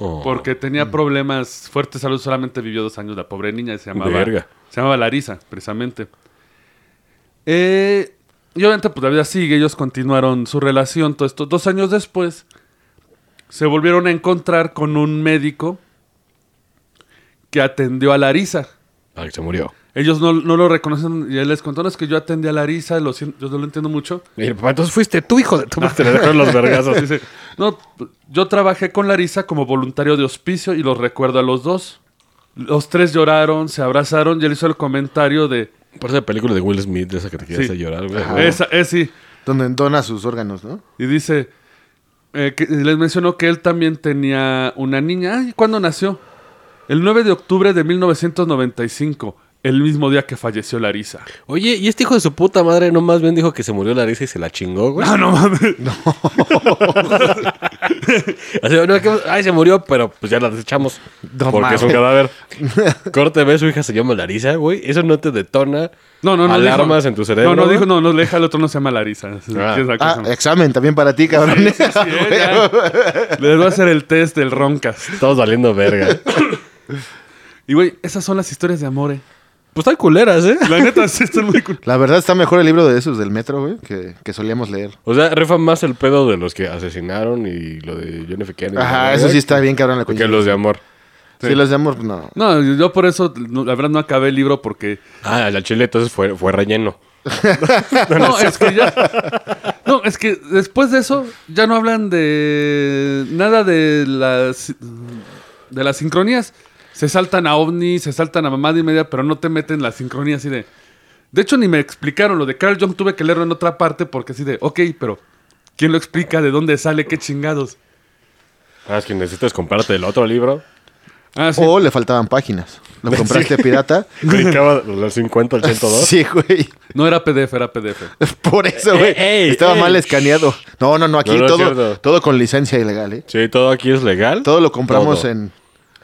Oh.
porque tenía problemas fuertes de salud. Solamente vivió dos años la pobre niña y se llamaba,
Verga.
se llamaba Larisa, precisamente. Eh, y obviamente, pues la vida sigue, ellos continuaron su relación. Todo esto. Dos años después, se volvieron a encontrar con un médico que atendió a Larisa.
Ah, que se murió.
Ellos no, no lo reconocen y él les contó, "No, es que yo atendí a Larisa, lo siento, yo no lo entiendo mucho.
Y el papá, entonces fuiste tú, hijo de tu madre. Te le dejaron los vergazos.
Dice, no, yo trabajé con Larisa como voluntario de hospicio y los recuerdo a los dos. Los tres lloraron, se abrazaron y él hizo el comentario de...
Parece película de Will Smith, de esa que te quieres
Sí.
hacer llorar. güey.
Esa, es sí.
Donde dona sus órganos, ¿no?
Y dice, eh, que- les mencionó que él también tenía una niña. Ay, ¿Cuándo nació? El 9 de octubre de 1995, el mismo día que falleció Larisa.
Oye, y este hijo de su puta madre no más bien dijo que se murió la risa y se la chingó, güey.
Ah, no mames.
O sea, no, que- ay, se murió, pero pues ya la desechamos.
No
porque es un
mames.
cadáver. Corte, ve, su hija se llama Larisa, güey. Eso no te detona
No, no, no.
alarmas
dijo-
en tu cerebro.
No, no, dijo,
güey?
no, no, deja el otro no se llama Larisa. Es-
Ah.
es la cosa
Ah,
más.
examen también para ti, cabrón.
Sí, eh. ya. Les voy a hacer el test del Roncas.
Todos valiendo verga.
Y güey, esas son las historias de amor, eh.
Pues están culeras, ¿eh?
La neta, sí están muy cool.
La verdad está mejor el libro de esos del metro, güey, que, que solíamos leer.
O sea, rifan más el pedo de los que asesinaron y lo de Jennifer Kennedy.
Ajá, eso sí está bien, cabrón, la
Que
coincidencia.
los de amor.
Sí, los de amor, pues, no.
No, yo por eso, no, la verdad, no acabé el libro porque.
Ah, la chile entonces fue, fue relleno.
No, es que ya. No, es que después de eso, ya no hablan de. Nada de las. De las sincronías. Se saltan a ovni, se saltan a mamada y media, pero no te meten las sincronías así de. De hecho, ni me explicaron lo de Carl Jung. Tuve que leerlo en otra parte porque así de, ok, pero ¿quién lo explica? ¿De dónde sale? ¿Qué chingados?
Ah, es que necesitas comprarte el otro libro.
Ah, sí.
O le faltaban páginas. Lo compraste pirata.
Brincaba de los 50 al 102.
Sí, güey.
No era PDF, era PDF.
Por eso, güey.
Eh, eh,
Estaba
eh.
mal escaneado. No, no, no. Aquí
No, no es
todo,
cierto.
todo con licencia ilegal, ¿eh?
Sí, todo aquí es legal.
Todo lo compramos
Todo. Eh,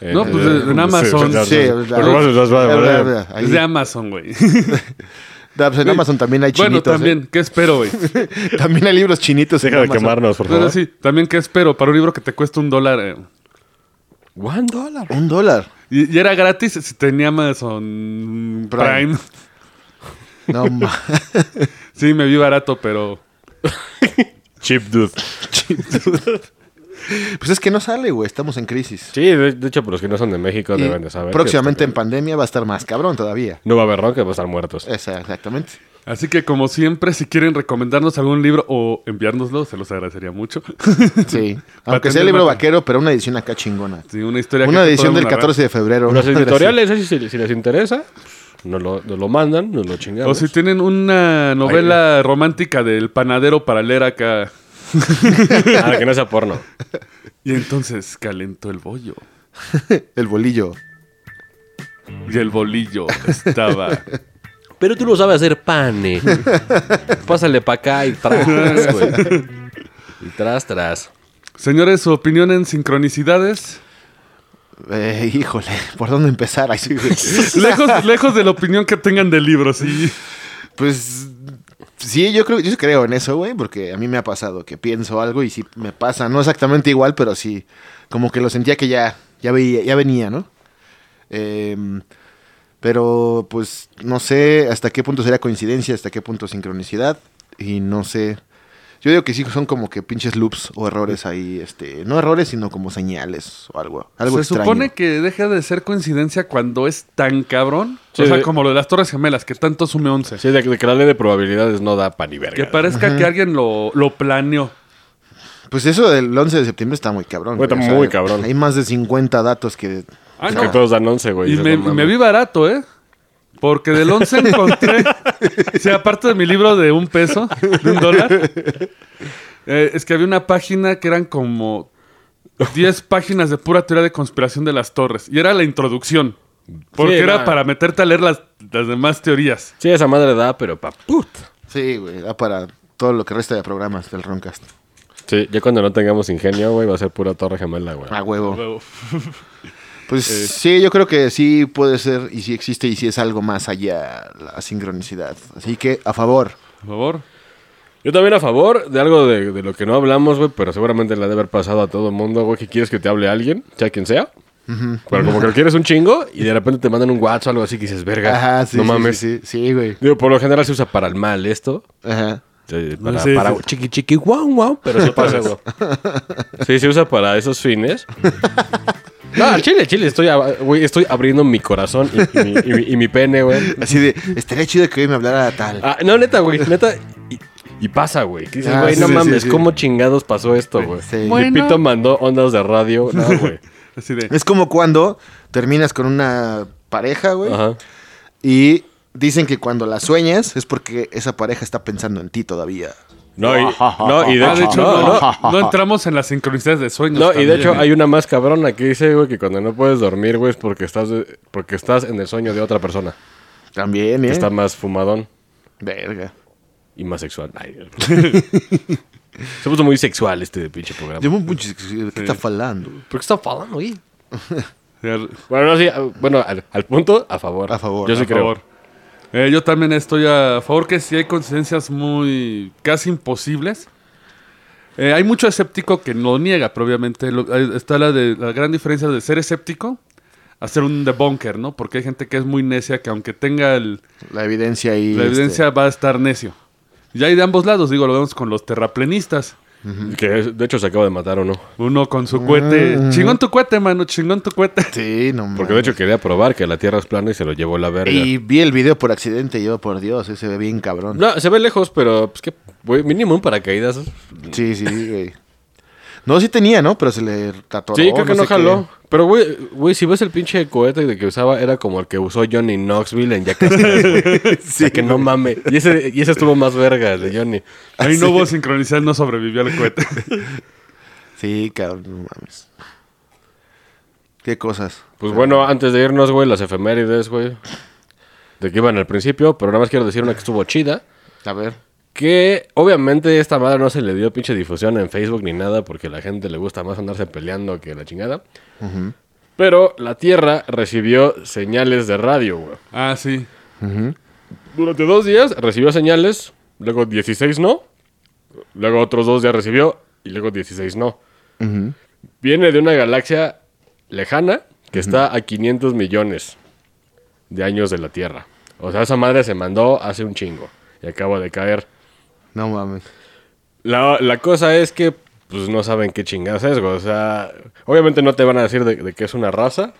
en.
No, pues, en Amazon.
claro,
Sí,
claro.
la-
Pero vamos a usar-
la-
vale,
la-
vale.
la- ahí.
Es de Amazon, güey.
Da, pues, en Amazon también hay
Bueno,
chinitos.
también, ¿qué espero, güey?
¿eh? También hay libros chinitos. en
Deja de
Amazon.
quemarnos, por
Pero
favor.
sí, también, ¿qué espero? Para un libro que te cuesta un dólar. eh.
One dollar.
Un dólar.
Y, y era gratis si tenía Amazon Prime.
Prime. No, ma-
Sí, me vi barato, pero.
Cheap dude.
pues es que no sale, güey. Estamos en crisis.
Sí, de, de hecho, por los que no son de México
Y
deben de saber. que
próximamente en
está-
pandemia va a estar más cabrón todavía.
No va a haber ron que va a estar muertos.
Esa, exactamente.
Así que, como siempre, si quieren recomendarnos algún libro o enviárnoslo, se los agradecería mucho.
Sí.
Para
Aunque
tener
sea el libro
mata.
vaquero, pero una edición acá chingona.
Sí, una historia
Una
que
edición
podamos
del
narrar.
14 de
Los
febrero. Una historia así.
editoriales, eso sí, si, les interesa, pues, nos lo, nos lo mandan, nos lo
O
chingamos.
si tienen una novela romántica del panadero para leer acá.
Ah, que no sea porno.
Y entonces calentó el bollo.
El bolillo.
Y el bolillo estaba.
Pero tú lo sabes hacer pane. Pásale pa' acá y tras, güey. Y tras, tras.
Señores, su opinión en sincronicidades.
Eh, híjole, ¿por dónde empezar? Ay, sí, güey.
Lejos, lejos de la opinión que tengan de libros. Y
Pues sí, yo creo, yo creo en eso, güey, porque a mí me ha pasado que pienso algo y sí me pasa, no exactamente igual, pero sí, como que lo sentía que ya, ya veía, ya venía, ¿no? Em, pero pues no sé hasta qué punto sería coincidencia, hasta qué punto sincronicidad y no sé. Yo digo que sí son como que pinches loops o errores ahí, este, no errores, sino como señales o algo, algo
se
extraño.
supone que deja de ser coincidencia cuando es tan cabrón. o
Sí,
sea,
de-
como lo de las Torres Gemelas, que tanto sume 11.
Sí, de, de que la ley de probabilidades no da pan y
Que
verga.
parezca que alguien lo, lo planeó.
Pues eso del 11 de septiembre está muy cabrón.
Está
güey,
muy cabrón.
Hay más de 50 datos que
Ah,
Que
no.
todos dan 11, güey.
Y
Dices,
me,
no mames.
me vi barato, ¿eh? Porque del 11 encontré, o sea, aparte de mi libro de un peso, de un dólar, eh, es que había una página que eran como 10 páginas de pura teoría de conspiración de las torres. Y era la introducción. Porque
Sí,
era
no.
para meterte a leer las, las demás teorías.
Sí, esa madre da, pero pa' put.
Sí, güey, da para todo lo que resta de programas del Roncast.
Sí, ya cuando no tengamos ingenio, güey, va a ser pura torre gemela, güey.
A huevo.
Luego,
Pues
Eh.
sí, yo creo que sí puede ser y sí existe y sí es algo más allá la sincronicidad. Así que a favor.
Por favor.
Yo también a favor de algo de, de lo que no hablamos, güey, pero seguramente la debe haber pasado a todo el mundo, güey, que quieres que te hable alguien, sea quien sea. Pero como que lo quieres un chingo y de repente te mandan un WhatsApp o algo así que dices, verga,
Ajá, sí.
no
sí,
mames.
Sí, sí, sí, güey.
Digo, por lo general se usa para el mal esto.
Ajá.
Sí, Para,
Sí,
para
sí.
chiqui chiqui guau guau, pero sí pasa, güey. Sí, se usa para esos fines. No, al chile, chile, estoy, ab- güey, estoy abriendo mi corazón y, y mi, y mi- y mi pene, güey.
Así de, estaría chido que hoy me hablara tal.
Ah, no, neta, güey, neta. Y, y pasa, güey. Que dices,
Ah,
güey,
sí,
no
sí,
mames,
sí, sí.
¿cómo chingados pasó esto, güey?
Sí.
Y
Bueno.
Pito mandó ondas de radio. No, güey.
Así de.
Es como cuando terminas con una pareja, güey,
Ajá.
y dicen que cuando la sueñas es porque esa pareja está pensando en ti todavía.
No, y, no, y de,
Ah, de hecho,
no, no,
no, no entramos en las sincronicidades de sueños.
No, y de
también,
hecho
¿eh?
hay una más cabrona que dice, güey, que cuando no puedes dormir, güey, es porque estás, de- porque estás en el sueño de otra persona.
También,
Que
¿eh?
está más fumadón
Verga.
y más sexual. Ay, se puso muy sexual este pinche programa.
Llevo mucho... ¿Qué está falando?
¿Por qué está falando, güey?
Sí,
Bueno, no, sí, a- bueno, al, al punto, a favor.
A favor,
Yo sí
a
creo.
favor. Eh, yo también estoy a favor que si hay coincidencias muy casi imposibles. Eh, hay mucho escéptico que no niega, pero obviamente lo- ahí está la, de, la gran diferencia de ser escéptico a ser un debunker, ¿no? Porque hay gente que es muy necia que aunque tenga el-
La evidencia ahí...
la
este,
evidencia va a estar necio. Y hay de ambos lados, digo, lo vemos con los terraplenistas.
Que es- de hecho se acaba de matar o no.
Uno con su cohete.
Mm.
Chingón tu cohete, mano, chingón tu cohete.
Sí, no
Porque de hecho quería probar que la Tierra es plana y se lo llevó la verga.
Y vi el video por accidente y yo, por Dios, ese se ve bien cabrón.
No, se ve lejos, pero pues que, güey, mínimo un paracaídas.
Sí, sí, güey. No, sí tenía, ¿no? Pero se le tatuó.
sí, creo que no jaló. Pero, güey, güey, si ves el pinche cohete de que usaba, era como el que usó Johnny Knoxville en Jackass. sí, que no mame. Y ese, y ese estuvo más verga, el de Johnny.
Ahí no hubo sincronizar, no sobrevivió al cohete.
Sí, cabrón, no mames. Qué cosas.
Pues bueno, antes de irnos, güey, las efemérides, güey. De que iban al principio, pero nada más quiero decir una que estuvo chida.
A ver.
Que obviamente esta madre no se le dio pinche difusión en Facebook ni nada porque a la gente le gusta más andarse peleando que la chingada. Pero la Tierra recibió señales de radio, güey.
Ah, sí.
Durante dos días recibió señales, luego 16 no, luego otros dos días recibió y luego 16 no. Viene de una galaxia lejana que está a 500 millones de años de la Tierra. O sea, esa madre se mandó hace un chingo y acaba de caer.
No mames.
La, la cosa es que pues no saben qué chingadas es, güey. O sea, obviamente no te van a decir de, de que es una raza,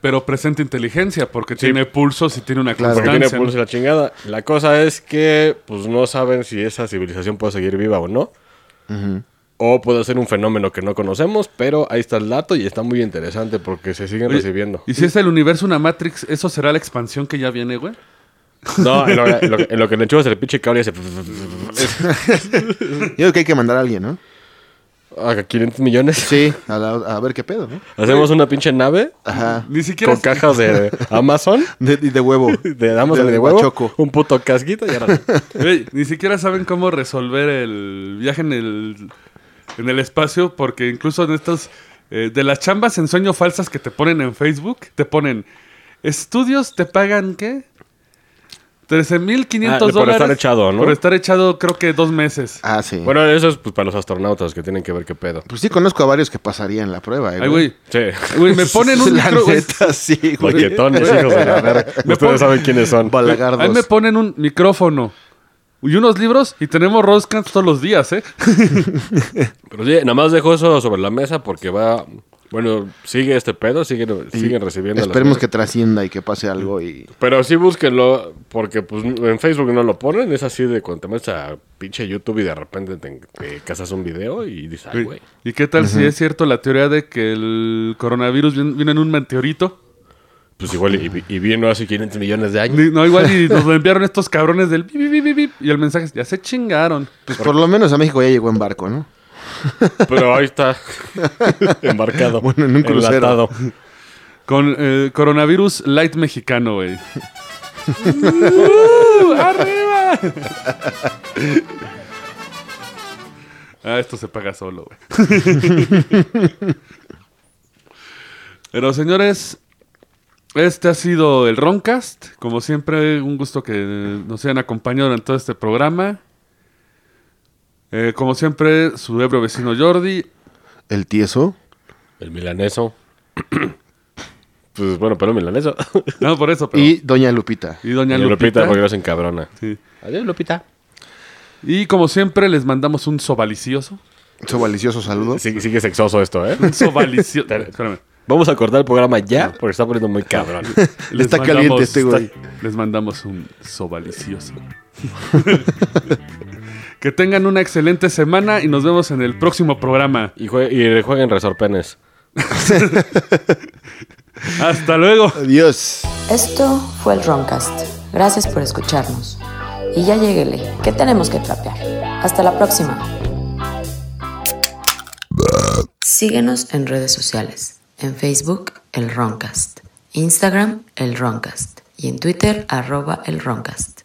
Pero presenta inteligencia porque tiene pulsos y tiene una
Claro.
porque
constancia.
tiene pulso y la chingada. La cosa es que pues no saben si esa civilización puede seguir viva o no. O puede ser un fenómeno que no conocemos, pero ahí está el dato y está muy interesante porque se siguen
Oye,
recibiendo.
Y si es el universo una Matrix, ¿eso será la expansión que ya viene, güey?
No, en lo, en lo- en lo que le enchufas el pinche cable y hace...
Yo creo que hay que mandar a alguien, ¿no?
A 500 millones.
Sí, a, la- a ver qué pedo, ¿no?
Hacemos una pinche nave
Ajá.
Ni siquiera.
con
es-
cajas de Amazon.
De, y de huevo.
De Amazon de, huevo.
huachoco.
Un puto casquito y ahora...
Güey, ni siquiera saben cómo resolver el viaje en el, en el espacio, porque incluso en estos. eh, de las chambas en sueño falsas que te ponen en Facebook, te ponen. Estudios te pagan, ¿qué? 13.500
Ah, por
dólares.
estar echado, ¿no?
Por estar echado, creo que dos meses.
Ah, sí.
Bueno, eso es pues, para los astronautas que tienen que ver qué pedo.
pues sí, conozco a varios que pasarían la prueba, ¿eh?
Ay, güey.
Sí.
Güey, me ponen un
La
micro. güey,
neta, sí, güey.
Baquetones, hijos de la verga.
pongo-
Ustedes saben quiénes son.
Balagardos.
Ahí me ponen un micrófono y unos libros y tenemos Roscans todos los días, ¿eh?
Pero sí, nada más dejo eso sobre la mesa porque va. Bueno, sigue este pedo, siguen,
Y
siguen recibiendo. las
Esperemos que
cosas.
trascienda y que pase algo y...
Pero sí búsquenlo, porque pues en Facebook no lo ponen. Es así de cuando te metes a pinche YouTube y de repente te, te cazas un video y dices, ay, güey.
¿Y qué tal si es cierto la teoría de que el coronavirus vien- viene en un meteorito?
Pues igual, y, y vino hace 500 millones de años.
Ni- No, igual y nos lo enviaron estos cabrones del bip, bip, bip, bip, y el mensaje es, ya se chingaron.
Pues por lo menos a México ya llegó en barco, ¿no?
Pero ahí está. Embarcado.
Bueno, en un crucero.
enlatado.
Con eh, coronavirus light mexicano, güey. ¡Uh! ¡Arriba! ah, esto se paga solo, güey. Pero señores, este ha sido el Roncast. Como siempre, un gusto que nos hayan acompañado durante todo este programa. Eh, como siempre, su ebro vecino Jordi.
El tieso.
El milaneso. pues bueno, pero milaneso.
No, por eso, pero.
Y Doña Lupita.
y doña
Y
Lupita.
Lupita, porque no se encabrona.
Sí.
Adiós, Lupita.
Y como siempre, les mandamos un sobalicioso.
Su malicioso saludo.
Sí, sigue sexoso esto, ¿eh?
Un sobalicioso. Espérame.
Vamos a cortar el programa ya porque está poniendo muy cabrón.
Les
Está
mandamos-
caliente este güey.
Les mandamos un sobalicioso. que tengan una excelente semana y nos vemos en el próximo programa.
Y, jue y jueguen resorpenes.
¡Hasta luego!
Adiós.
Esto fue el Roncast. Gracias por escucharnos. Y ya lleguele, que tenemos que trapear. Hasta la próxima. Síguenos en redes sociales. En Facebook, el Roncast. Instagram, el Roncast. Y en Twitter, arroba el Roncast.